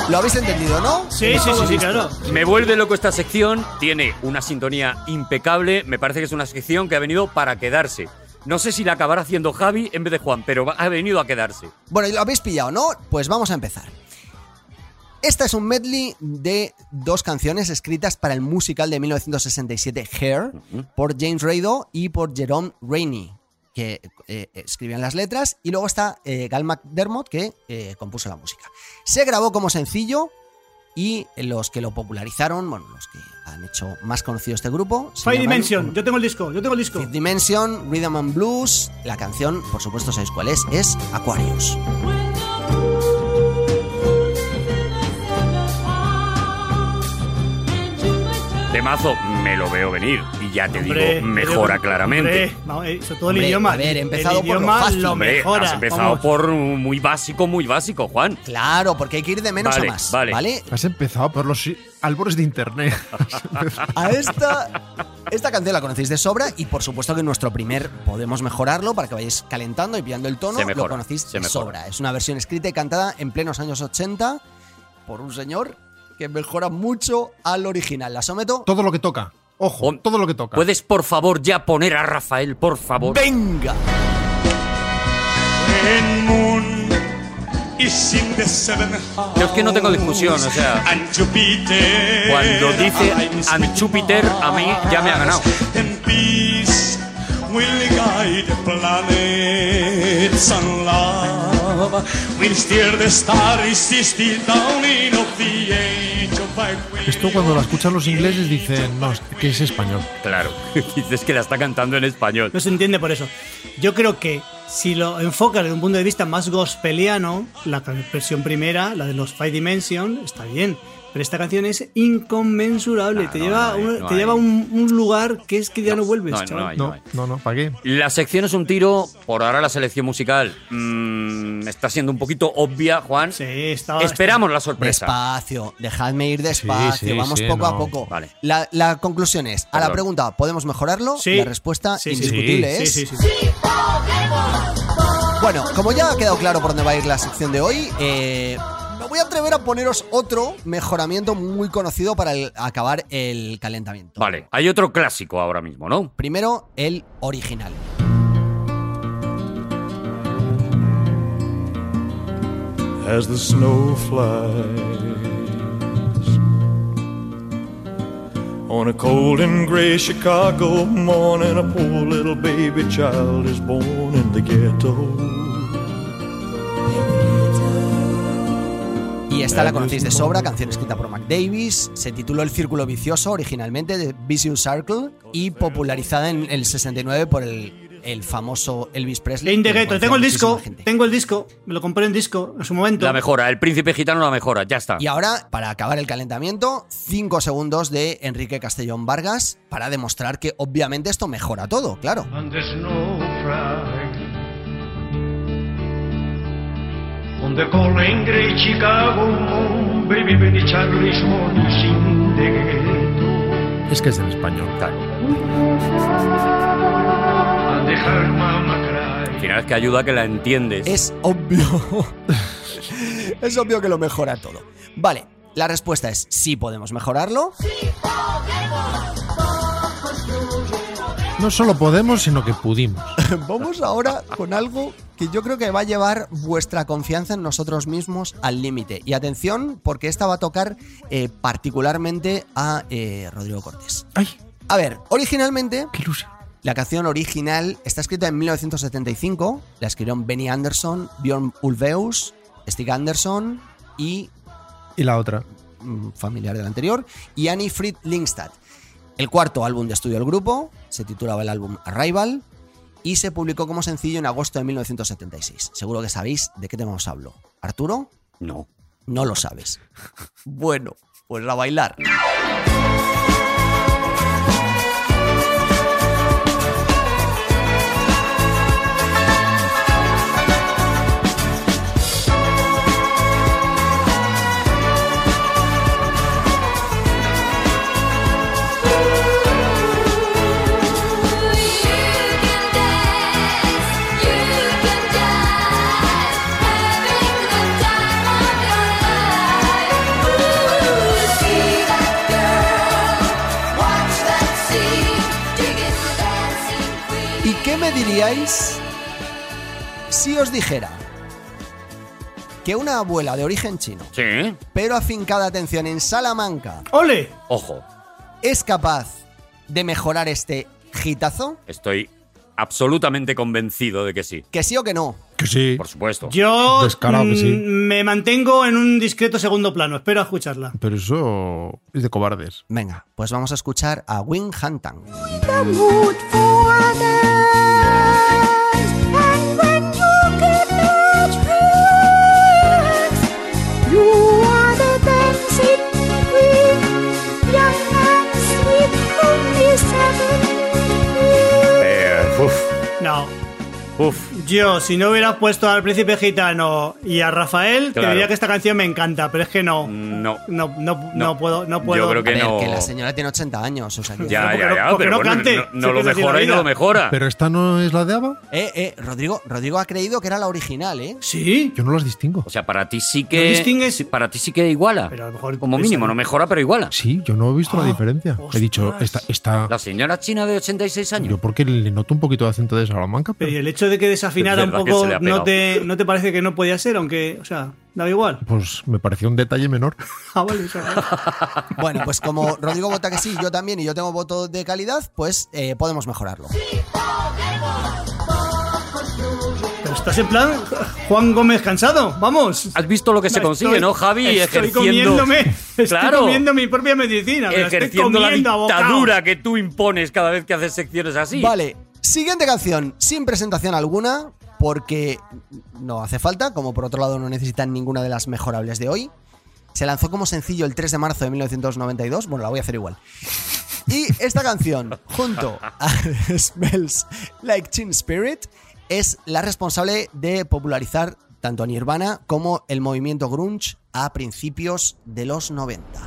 Lo habéis entendido, ¿no?
Sí, sí, sí, sí, claro.
Me vuelve loco esta sección, tiene una sintonía impecable, me parece que es una sección que ha venido para quedarse. No sé si la acabará haciendo Javi en vez de Juan, pero va- ha venido a quedarse.
Bueno, ¿y lo habéis pillado, no? Pues vamos a empezar. Esta es un medley de dos canciones escritas para el musical de 1967 Hair por James Rado y por Jerome Rainey, que eh, escribían las letras, y luego está eh, Gal McDermott, que eh, compuso la música. Se grabó como sencillo y los que lo popularizaron, bueno, los que han hecho más conocido este grupo... se
Five
llaman-
Dimension, yo tengo el disco, yo tengo el disco.
Fifth Dimension, Rhythm and Blues, la canción, por supuesto sabéis cuál es, es Aquarius.
Temazo, me lo veo venir. Y ya te
Hombre,
digo, mejora
hombre,
claramente.
hombre, vamos, eh, sobre todo el
Hombre,
idioma.
a ver, he
el
empezado por lo
idioma
fácil.
Hombre,
mejora.
has empezado
vamos.
por un muy básico, muy básico, Juan.
Claro, porque hay que ir de menos
Vale,
a más.
vale.
Vale.
(laughs)
Has empezado por los i- albores de (laughs) internet. Has empezado.
A esta, esta canción la conocéis de sobra y por supuesto que en nuestro primer podemos mejorarlo para que vayáis calentando y pillando el tono.
Se mejora,
lo conocéis
se
de
mejora.
sobra. Es una versión escrita y cantada en plenos años 80 por un señor que mejora mucho al original. La someto.
todo lo que toca. Ojo,
Hom-
todo lo que toca.
¿Puedes, por favor, ya poner a Rafael, por favor?
¡Venga!
In moon is in the seven house.
Yo es que no tengo discusión, o sea,
And Jupiter.
cuando dice
I'm
and Jupiter, a mí ya me ha ganado.
And peace will guide the planets and love will steer the stars is the dawning of the age of Aquarius.
Esto cuando lo escuchan los ingleses dicen, no, es que es español.
Claro, (laughs) dices que la está cantando en español.
No se entiende por eso. Yo creo que si lo enfocas desde un punto de vista más gospeliano, la can- versión primera, la de los Five Dimension, está bien. Pero esta canción es inconmensurable.
No,
te
Ah, no,
lleva,
no hay,
un-
no
te
hay.
lleva a un, un lugar que es que ya no, vuelves,
no, no
chaval.
hay.
No, no, no, ¿para qué?
La sección es un tiro, por ahora la selección musical mm, está siendo un poquito obvia, Juan.
Sí, estaba-
Esperamos la sorpresa.
Despacio, dejadme ir despacio,
Sí, sí,
vamos
sí,
poco a
no.
poco.
Vale.
La, la conclusión es, a la
Perdón.
pregunta, ¿podemos mejorarlo?
Sí.
La respuesta
Sí, sí, sí.
indiscutible
Sí,
es...
sí, sí.
Bueno, como ya ha quedado claro por dónde va a ir la sección de hoy, eh, me voy a atrever a poneros otro mejoramiento muy conocido para el- acabar el calentamiento.
Vale, hay otro clásico ahora mismo, ¿no?
Primero, el original.
as the snow flies on a cold and gray Chicago morning. A poor little baby child is born in the ghetto.
Y esta la conocéis de sobra, canción escrita por Mac Davis, se tituló El Círculo Vicioso originalmente, de Vicious Circle, y popularizada en el 69 por el, el famoso Elvis Presley.
In the
que
Ghetto,
conocía
tengo el
muchísima
disco,
gente.
tengo el disco, me lo compré en disco en su momento.
La mejora, el príncipe gitano la mejora, ya está.
Y ahora, para acabar el calentamiento, 5 segundos de Enrique Castellón Vargas para demostrar que obviamente esto mejora todo, claro.
On the snow flag. On the cold and gray Chicago moon, baby, baby, Charlie is born in the ghetto.
Es que es en español.
And the hard mama
Al
cry.
final es que ayuda que la entiendes.
Es obvio. (laughs) es obvio que lo mejora todo. Vale, la respuesta es sí podemos mejorarlo.
No solo podemos, sino que pudimos.
(laughs) Vamos ahora con algo que yo creo que va a llevar vuestra confianza en nosotros mismos al límite. Y atención, porque esta va a tocar eh, particularmente a eh, Rodrigo Cortés.
¡Ay!
A ver, originalmente,
¡Qué ilusión!
la canción original está escrita en 1975. La escribieron Benny Anderson, Bjorn Ulveus, Stig Anderson y
Y la otra.
mm, familiar del anterior, y Annie Fried Lindstad. El cuarto álbum de estudio del grupo se titulaba el álbum Arrival y se publicó como sencillo en agosto de 1976. Seguro que sabéis de qué tema os hablo. ¿Arturo?
No.
No lo sabes. (laughs) Bueno, pues a bailar. ¿Y qué me diríais si os dijera que una abuela de origen chino,
Sí.
pero afincada atención en Salamanca,
¡Ole!
Ojo,
es capaz de mejorar este hitazo?
estoy absolutamente convencido de que sí.
Que sí o que no.
Que sí.
Por supuesto.
Yo
Descarado que sí.
mm, me mantengo en un discreto segundo plano. Espero a escucharla.
Pero eso es de cobardes.
Venga, pues vamos a escuchar a Wing Hantang.
the mood for others. And when you get much rest, you are the dancing queen, young and sweet, only seven years.
Eh, uf,
No.
uf.
Yo, si no hubiera puesto al príncipe gitano y a Rafael, te
Claro.
diría que esta canción me encanta, pero es que no.
Mm, No.
No, no, no,
No.
puedo, no puedo.
Yo creo
A
que
ver,
no.
que la señora tiene 80 años, o sea que-
Ya,
Porque
ya,
no-
ya,
porque
pero
no
bueno,
cante.
no- no
Siempre
lo
es así la
mejora y no
vida.
lo mejora.
Ah. ¿Pero esta no es la de Ava?
Eh, eh, Rodrigo, Rodrigo ha creído que era la original,
(laughs)
¿eh?
Sí.
Yo no las distingo.
O sea, para ti sí
¿No
que.
distingues?
sí, Para ti sí que iguala.
Pero a lo mejor
Como
esa-
mínimo, no mejora, pero iguala.
Sí, yo no he visto la diferencia. He dicho, esta, esta.
La señora china de 86 años.
Yo porque le noto un poquito de acento de Salamanca,
Pero ¿y
pero
el hecho de que desafinara
Es
un
verdad que
poco,
se le ha
no
pegado.
te, ¿no te parece que no podía ser? Aunque, o sea, daba igual. (laughs)
pues me pareció un detalle menor. (laughs)
Ah, vale, eso, vale.
Bueno, pues como Rodrigo vota que sí, yo también, y yo tengo voto de calidad, pues eh, podemos mejorarlo.
Pero estás en plan Juan Gómez cansado. Vamos.
¿Has visto lo que se consigue,
Estoy-
no, Javi?
Estoy
ejerciendo
comiéndome, estoy
Claro.
comiendo mi propia medicina. me la estoy
ejerciendo la
comiendo a bocado.
dictadura que tú impones cada vez que haces secciones así.
Vale, siguiente canción, sin presentación alguna, porque no hace falta, como por otro lado no necesitan ninguna de las mejorables de hoy. Se lanzó como sencillo el 3 de marzo de 1992, bueno, la voy a hacer igual. Y esta canción, junto a Smells Like Teen Spirit, es la responsable de popularizar tanto a Nirvana como el movimiento grunge a principios de los 90.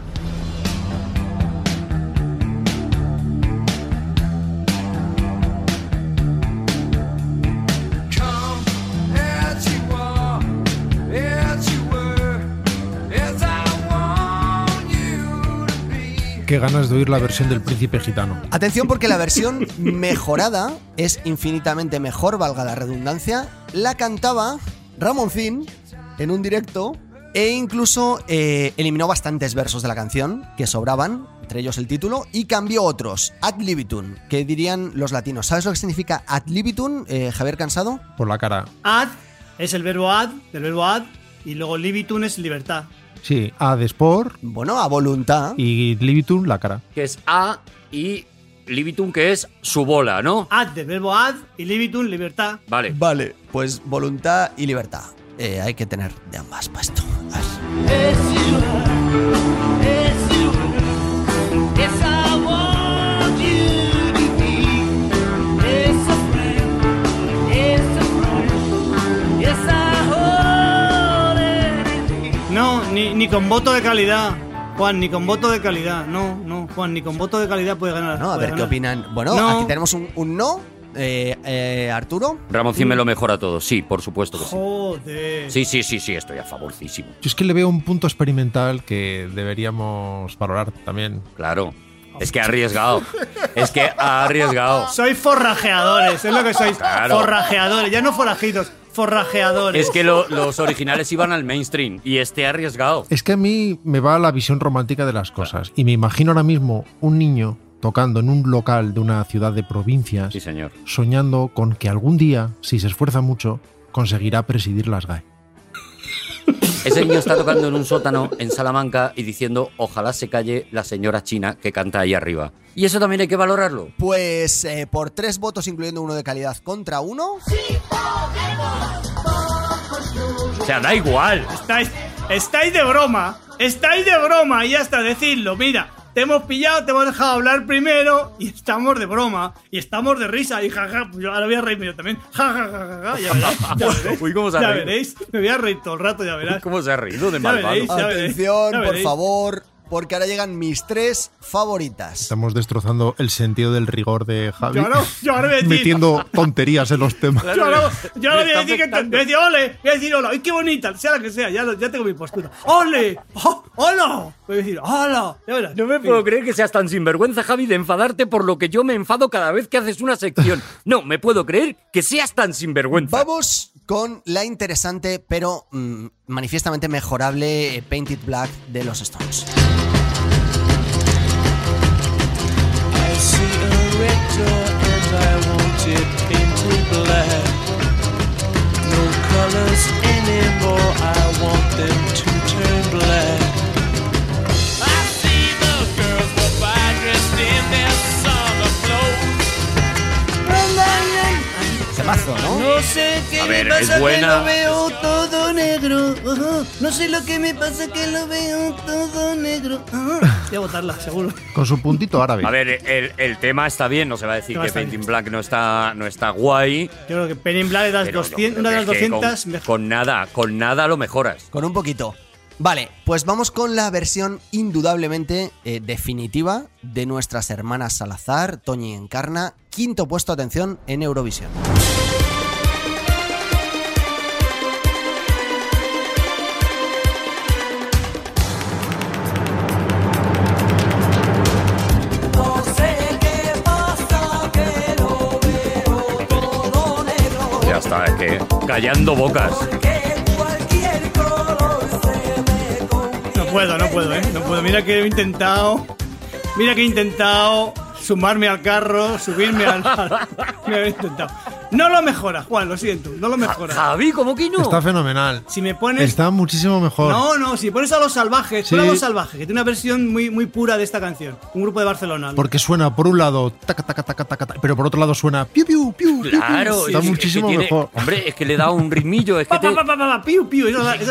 Qué ganas de oír la versión del príncipe gitano.
Atención porque la versión mejorada es infinitamente mejor, valga la redundancia. La cantaba Ramoncín en un directo e incluso eh, eliminó bastantes versos de la canción que sobraban, entre ellos el título, y cambió otros. Ad libitum, que dirían los latinos. ¿Sabes lo que significa ad libitum, eh, Javier Cansado?
Por la cara.
Ad es el verbo ad, del verbo ad, y luego libitum es libertad.
Sí, A de Sport
Bueno, a voluntad.
y Libitum la cara.
Que es A y Libitum, que es su bola, ¿no?
Ad del verbo ad y libitum, libertad.
Vale.
Vale, pues voluntad y libertad. Eh, hay que tener de ambas para esto.
No, ni, ni con voto de calidad. Juan, ni con voto de calidad. No, no, Juan, ni con voto de calidad puede ganar.
No, a
puede
ver qué
ganar.
opinan. Bueno,
No.
aquí tenemos un, un no. Eh, eh, Arturo.
Ramoncín me lo mejora todo. Sí, por supuesto que sí.
Joder.
Sí, sí, sí, sí, estoy a favorcísimo.
Yo es que le veo un punto experimental que deberíamos valorar también.
Claro. Es que ha arriesgado. Es que ha arriesgado.
Sois forrajeadores, es lo que sois.
Claro.
Forrajeadores, ya no forajidos, forrajeadores.
Es que lo- los originales iban al mainstream y este ha arriesgado.
Es que a mí me va la visión romántica de las cosas. Y me imagino ahora mismo un niño tocando en un local de una ciudad de provincias,
Sí, señor.
soñando con que algún día, si se esfuerza mucho, conseguirá presidir las E. GAE.
Ese niño está tocando en un sótano en Salamanca y diciendo, ojalá se calle la señora china que canta ahí arriba. Y eso también hay que valorarlo.
Pues eh, por tres votos, incluyendo uno de calidad contra uno.
O sea, da igual.
Estáis, estáis de broma, estáis de broma, y ya está, decidlo, mira. Te hemos pillado, te hemos dejado hablar primero y estamos de broma y estamos de risa y jaja, pues yo ahora voy a reírme yo también. Ja, ja, ja, ja,
(laughs)
ja, ya verás, ya veréis.
Uy, cómo se ha
Ya
reído.
veréis, me voy a reír todo el rato, ya verás.
¿Cómo se ha reído de
Ya
malvado?
veréis. Ya veréis,
Atención,
ya
por
veréis.
favor, porque ahora llegan mis tres favoritas.
Estamos destrozando el sentido del rigor de Javi.
Yo ahora, yo ahora voy a decir-
metiendo tonterías en los temas.
(laughs)
Yo ahora, yo ahora
Le
voy
está
a decir que te,
afectando.
voy a decir ole, voy a decir hola, ¡ay qué bonita! Sea la que sea, ya, lo- ya tengo mi postura. ¡Ole! ¡Oh, ¡Hola! Voy a decir hola, ya verás.
No me
Sí.
puedo creer que seas tan sinvergüenza, Javi, de enfadarte por lo que yo me enfado cada vez que haces una sección. No, me puedo creer que seas tan sinvergüenza.
Vamos con la interesante, pero mm, manifiestamente mejorable eh, Painted Black de los Stones.
I see a red door and I want it painted black. No colors anymore, I want them to turn black. I see the girls go by dressed in their summer clothes.
Temazo, ¿no?
No sé qué
A ver, es buena.
veo todo negro.
No sé lo que me pasa que lo veo todo negro. Voy a botarla, seguro.
Con su puntito árabe.
A ver, el, el tema está bien, no se va a decir
Tema
que
está bien.
Painting Black no está, no está guay.
Yo creo que Penny Black de las
pero yo
200,
creo
una de las
que es que
200
con-
mejor.
con nada, con nada lo mejoras.
Con un poquito. Vale, pues vamos con la versión indudablemente eh, definitiva de nuestras hermanas Salazar, Toñi y Encarna, quinto puesto, atención, en Eurovisión.
Ya está, es que callando bocas.
No puedo, no puedo, ¿eh? No puedo. Mira que he intentado. Mira que he intentado sumarme al carro, subirme al. (laughs) Mira, lo he intentado. No lo mejora, Juan, lo siento. No lo mejora.
Javi, ¿cómo que no?
Está fenomenal.
Si me pones.
Está muchísimo mejor.
No, no, si pones a los salvajes,
Sí.
pon a los salvajes, que tiene una versión muy, muy pura de esta canción. Un grupo de Barcelona.
Porque suena por un lado, taca, taca, taca, taca, taca, pero por otro lado suena piu, piu, piu, piu, piu. Está
Claro, es que- es que
muchísimo
tiene-
mejor.
Hombre, es que le da un ritmillo, es que
Pa,
te-
pa, (laughs) pa, pa, pa, piu, piu. Eso, eso-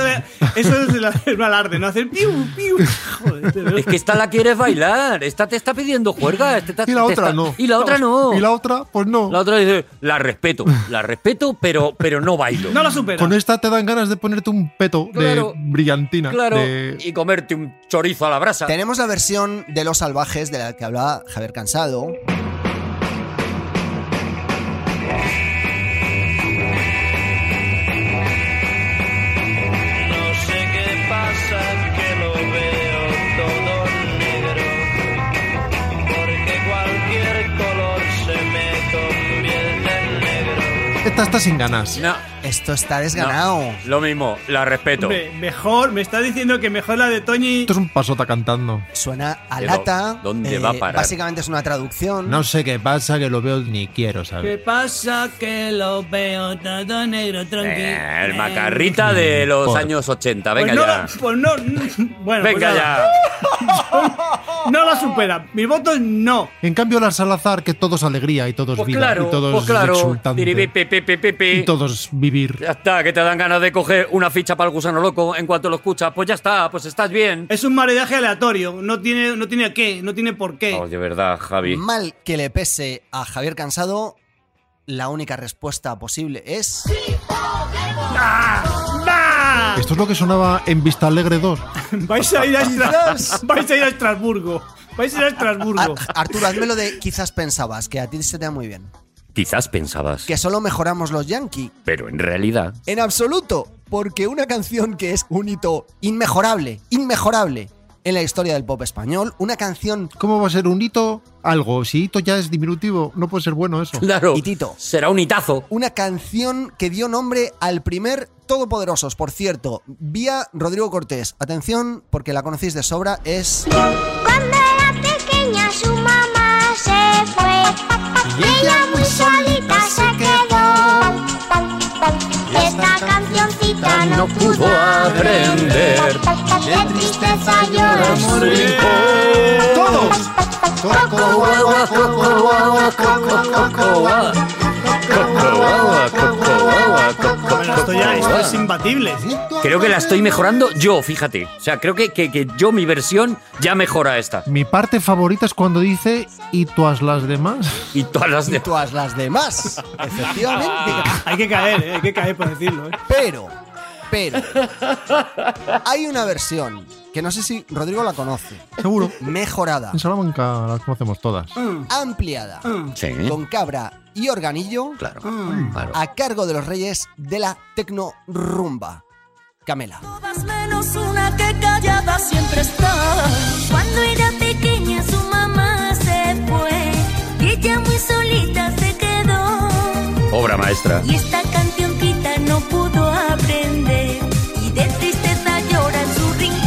eso es la- (laughs) es un alarde, ¿no? Hacer piu, piu. Joder, este, de verdad.
Es que esta la quieres bailar, esta te está pidiendo juerga. esta está-
Y la
(laughs) te
otra
está-
no.
Y la otra no.
Y la otra, pues no.
La otra dice, la respeto, la respeto, pero, pero no bailo.
No la supera.
Con esta te dan ganas de ponerte un peto
Claro.
de brillantina.
claro,
de-
y comerte un chorizo a la (laughs) brasa.
Tenemos la versión de Los Salvajes de la que hablaba Javier Cansado.
No sé qué pasa que lo veo todo negro, porque cualquier color se me convierte en negro.
Esta está sin ganas.
No,
Esto está desganado.
lo mismo, la respeto.
Hombre, mejor, me está diciendo que mejor la de Toñi.
Esto es un pasota cantando.
Suena a
Pero,
lata. Eh,
¿dónde va a parar?
Básicamente es una traducción.
No sé qué pasa, que lo veo ni quiero,
¿Qué
¿sabes?
pasa que lo veo todo negro tranquilo?
Eh, el macarrita de los
Por-
años 80,
Pues
venga
no,
ya.
la- pues no, bueno, pues
venga
nada.
ya.
No la supera. Mi voto es no.
En cambio, la Salazar, que todo es alegría y todo es
Pues
vida
claro,
y todo
pues
es
claro.
exultante.
Tiribi, pe, pe, pe, pe, pe.
Y todo es vivir.
Ya está, que te dan ganas de coger una ficha para el gusano loco en cuanto lo escuchas. Pues ya está, pues estás bien.
Es un maridaje aleatorio. No tiene, no tiene qué, no tiene por qué.
Oh, de verdad, Javi.
Mal que le pese a Javier Cansado, la única respuesta posible es.
¡Bah!
Esto es lo que sonaba en Vista Alegre 2.
Vais a ir a Estra- vais a ir a Estrasburgo. Vais a ir a
Ar-
Estrasburgo.
Arturo, hazmelo de quizás pensabas, que a ti se te da muy bien.
Quizás pensabas,
Que solo mejoramos los Yankee.
pero en realidad.
En absoluto, porque una canción que es un hito inmejorable, inmejorable, en la historia del pop español, una canción
¿Cómo va a ser un hito algo? Si hito ya es diminutivo, no puede ser bueno eso.
Claro.
Hitito.
Será un hitazo.
una canción que dio nombre al primer Todopoderosos, por cierto, vía Rodrigo Cortés. Atención, porque la conocéis de sobra, es...
Cuando era pequeña su mamá se fue.
Y ella muy solita se
quedó. Esta cancioncita no pudo
aprender.
De tristeza llora
Muy bien. ¡Todos! Coco, guagua, coco, guagua, coco, coco, guagua.
Bueno, esto ya esto es imbatible.
Creo que la estoy mejorando yo, fíjate. O sea, creo que, que- que yo, mi versión, ya mejora esta.
Mi parte favorita es cuando dice y todas las demás. (laughs)
Y todas las
Y
de.
todas las demás, efectivamente.
Ah.
Hay que caer, ¿eh? hay que caer por decirlo. ¿eh?
Pero, pero, hay una versión que no sé si Rodrigo la conoce,
Seguro.
mejorada,
En Salamanca las conocemos todas.
ampliada,
Sí,
con cabra y organillo,
claro. claro.
a cargo de los reyes de la tecnorumba. Camela.
Todas menos una que callada siempre está. Cuando era pequeña su mamá se fue y ella muy solita se quedó.
Obra maestra.
Y esta cancioncita no pudo aprender y de tristeza llora en su rincón.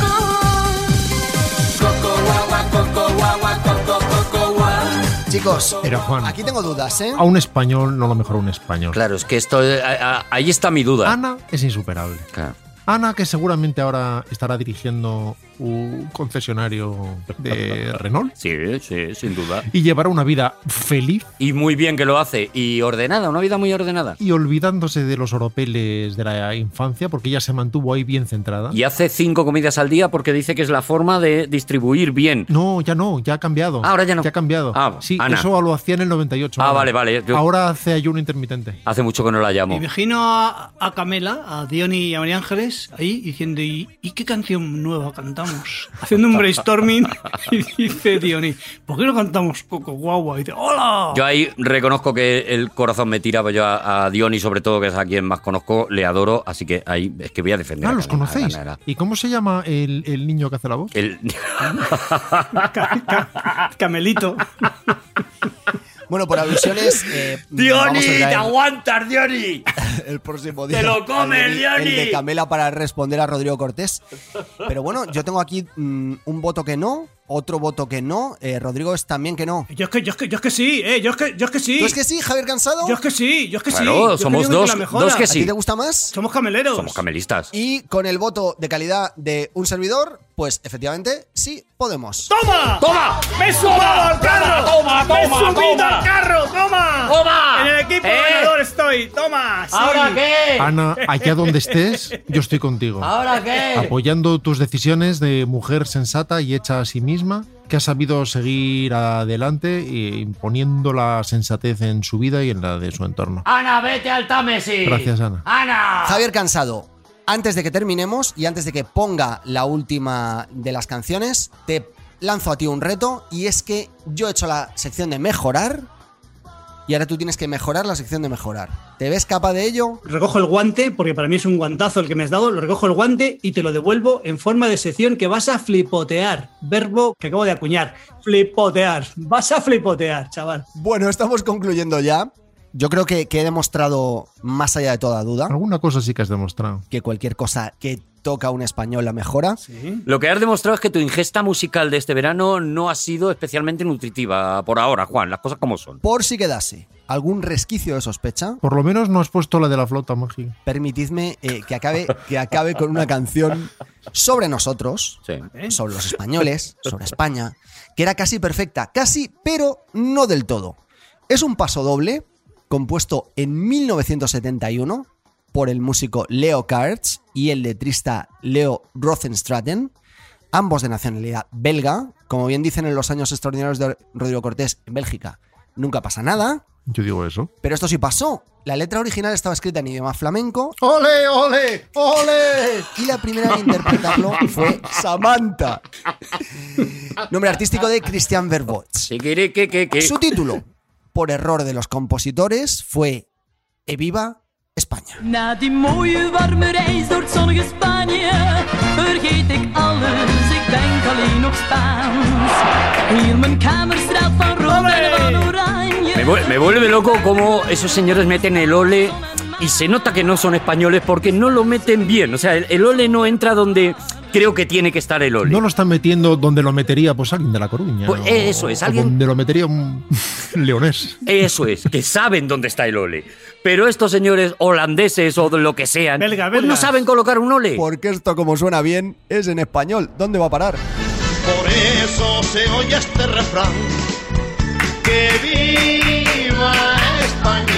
Chicos,
Pero, Juan.
aquí tengo dudas, ¿eh?
A un español no lo mejora un español.
Claro, es que esto. eh, a- a- ahí está mi duda.
Ana es insuperable.
Claro.
Ana, que seguramente ahora estará dirigiendo un concesionario
(laughs)
de Renault
Sí, sí, sin duda.
y llevará una vida feliz
Y muy bien que lo hace. Y ordenada, una vida muy ordenada.
y olvidándose de los oropeles de la infancia porque ella se mantuvo ahí bien centrada.
Y hace cinco comidas al día porque dice que es la forma de distribuir bien.
No, ya no, ya ha cambiado.
Ahora ya no.
Ya ha cambiado.
Ah,
sí,
Ana.
eso lo hacía en el 98.
Ah,
Ana.
vale, vale, yo-
Ahora hace ayuno intermitente.
Hace mucho que no la llamo.
Imagino a, a Camela, a Diony y a María Ángeles ahí diciendo, ¿y, y qué canción nueva cantamos? Haciendo un brainstorming y dice Diony, ¿por qué no cantamos Coco Guagua? Y dice, ¡Hola!
Yo ahí reconozco que el corazón me tiraba yo a, a Diony, sobre todo, que es a quien más conozco, le adoro, así que ahí es que voy a defender.
Ah,
a
los
Canela, a
conocéis.
Canela.
¿Y cómo se llama el, el niño que hace la voz?
El- (laughs)
Ca- ca- Camelito.
Bueno, por alusiones. eh, vamos a
¡Diony! ¡Te
traer
aguantas, Diony!
(laughs) El próximo día.
¡Te lo comes,
el, de-
Lioni!
el de Camela para responder a Rodrigo Cortés. Pero bueno, yo tengo aquí mm, un voto que no, otro voto que no. eh, Rodrigo es también que no.
Yo es que, yo es que, yo es que sí, eh, yo es que, yo es que sí.
¿Tú es que sí, Javier Cansado?
Yo es que sí, yo es que sí.
Claro,
Yo es que
somos
digo que
dos-
la mejora.
dos que
¿A
sí.
ti te gusta más?
Somos cameleros.
Somos camelistas.
Y con el voto de calidad de un servidor, pues efectivamente sí podemos.
¡Toma!
¡Toma!
¡Me he sumado al carro!
¡Toma,
¡Me he
toma,
subido
toma!
al carro! ¡Toma!
¡Toma!
En el equipo
¡Eh!
ganador estoy. ¡Toma! sí. Ah,
¿Ahora qué? Ah,
Ana, allá donde estés, yo estoy contigo.
¿Ahora qué?
Apoyando tus decisiones de mujer sensata y hecha a sí misma, que ha sabido seguir adelante e imponiendo la sensatez en su vida y en la de su entorno.
¡Ana, vete al Támesis!
Gracias, Ana.
Ah. ¡Ana!
Javier Cansado, antes de que terminemos y antes de que ponga la última de las canciones, te lanzo a ti un reto y es que yo he hecho la sección de mejorar y ahora tú tienes que mejorar la sección de mejorar. ¿Te ves capaz de ello?
Recojo el guante, porque para mí es un guantazo el que me has dado. Lo recojo el guante y te lo devuelvo en forma de sección que vas a flipotear. Verbo que acabo de acuñar. Flipotear. Vas a flipotear, chaval.
Bueno, estamos concluyendo ya. Yo creo que, que he demostrado, más allá de toda duda,
Alguna cosa sí que has demostrado.
que cualquier cosa que toca un español la mejora.
Lo que has demostrado es que tu ingesta musical de este verano no ha sido especialmente nutritiva por ahora, Juan. Las cosas como son.
Por si quedase algún resquicio de sospecha,
Por lo menos no has puesto la de la flauta mágica.
permitidme eh, que, acabe, que acabe con una canción sobre nosotros,
Sí.
sobre ¿Eh? los españoles, sobre España, que era casi perfecta, casi, pero no del todo. Es un paso doble compuesto en 1971 por el músico Leo Karts y el letrista Leo Rothenstraten, ambos de nacionalidad belga, como bien dicen en los años extraordinarios de Rodrigo Cortés en Bélgica. Nunca pasa nada,
Yo digo eso.
pero esto sí pasó. La letra original estaba escrita en idioma flamenco
¡Ole, ole, ole!
y la primera en
(laughs)
interpretarlo fue Samantha. Nombre artístico de Christian Verbots.
Chiquiriquiquiqui.
Su título, por error de los compositores, fue Eviva E España.
Na die mooie warme reis door het zonnige Spanje Vergeet ik alles, ik denk alleen op Spaans Hier mijn kamer straalt van rood en van oranje
Me, vu- me vuelve loco cómo esos señores meten el ole y se nota que no son españoles porque no lo meten bien. O sea, el, el ole no entra donde creo que tiene que estar el ole.
No lo están metiendo donde lo metería pues alguien de La Coruña.
Pues,
o-
eh, eso es,
o
alguien-
Donde lo metería un (laughs) leonés.
Eso es, que saben dónde está el ole. Pero estos señores holandeses o de lo que sean, pues no saben colocar un ole.
Porque esto, como suena bien, es en español. ¿Dónde va a parar?
Por eso se oye este refrán. Que viva España.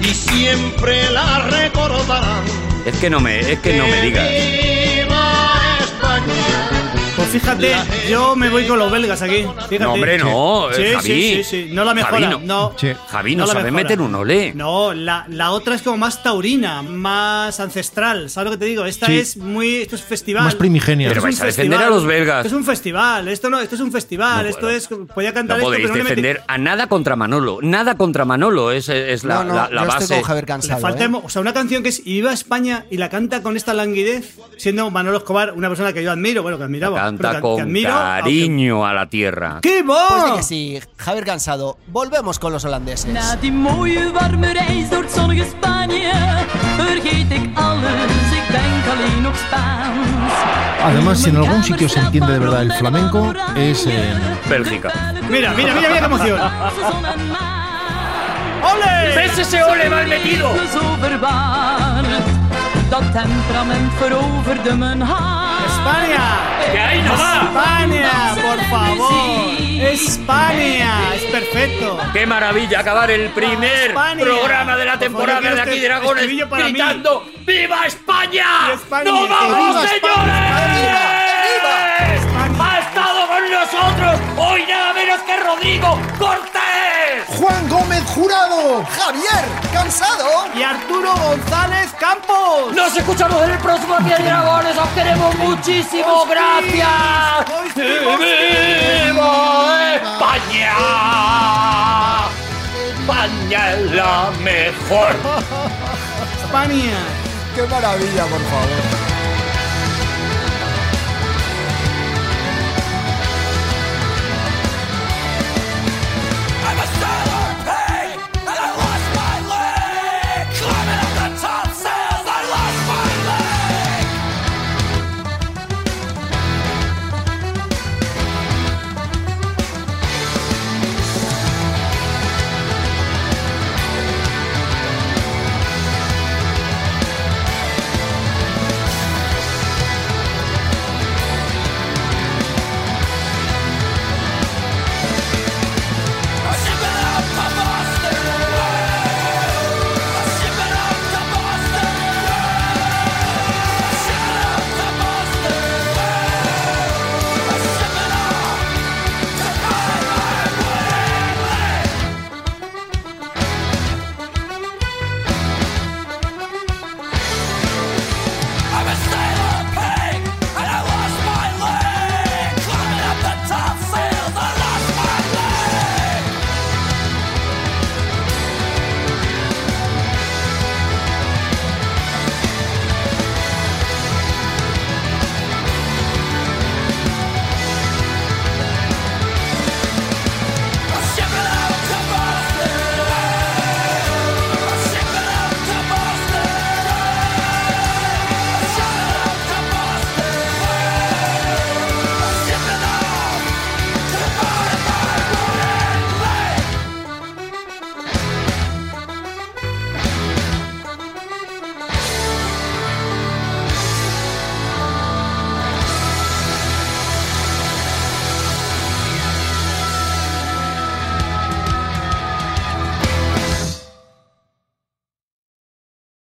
Y siempre la recordarán.
Es que no me, es que no me digas.
Viva España.
Pues fíjate, yo me voy con los belgas aquí. Fíjate.
No, hombre, no,
Sí,
eh, Javi.
sí, sí, sí. No la
Javi,
mejora.
no.
no.
Javi no,
No la
sabe
mejora.
meter un ole.
No, la, la otra es como más taurina, más ancestral. ¿Sabes lo que te digo? Esta
Sí.
es muy. Esto es festival.
Más primigenia.
Pero
Esto es
vais
un
a defender
festival.
a los belgas.
Esto es un festival. Esto no, esto es un festival.
No
esto
puedo.
es. Podía
No
cantar esto,
podéis
pero no le metí-
defender a nada contra Manolo. Nada contra Manolo es, es la,
no, no,
la- la
yo
base.
estoy con Javier
Le
Cansado.
falta
¿eh?
emo- o sea, una canción que es Y Viva España y la canta con esta languidez, siendo Manolo Escobar una persona que yo admiro, bueno, que admiraba. pero
Canta
que-
con
que admiro,
cariño a la tierra.
aunque- ¡Qué va!
Pues di que sí, Javier Cansado. Volvemos con los holandeses.
Na die mooie warme reis door het zonnige Spanje Vergeet ik alles, ik denk alleen op Spaans
Además, si en algún sitio se entiende de verdad el flamenco, es en.
Bélgica.
Mira, mira, mira, mira qué emoción. ¡Ole!
¿Ves ese ole mal metido?
zo verwaard. Dat temperament veroverde mijn hart.
España.
¡Que ahí no va!
España, por favor. España, es perfecto.
¡Qué maravilla acabar el primer
España.
programa de la
Por
temporada de
favor, yo quiero
aquí
este
Dragones
estribillo para mí.
gritando ¡Viva España!
¡Viva España!
¡No
¡Que
vamos,
viva
señores! ¡Ha estado con nosotros hoy nada menos que Rodrigo Cortés!
Juan Gómez Jurado.
¡Javier Cansado!
Y Arturo González Campos.
¡Nos escuchamos en el próximo Aquí de Dragones! ¡Os queremos muchísimo! ¡Gracias! ¡Viva España! España es la mejor.
España.
¡Qué maravilla, por favor!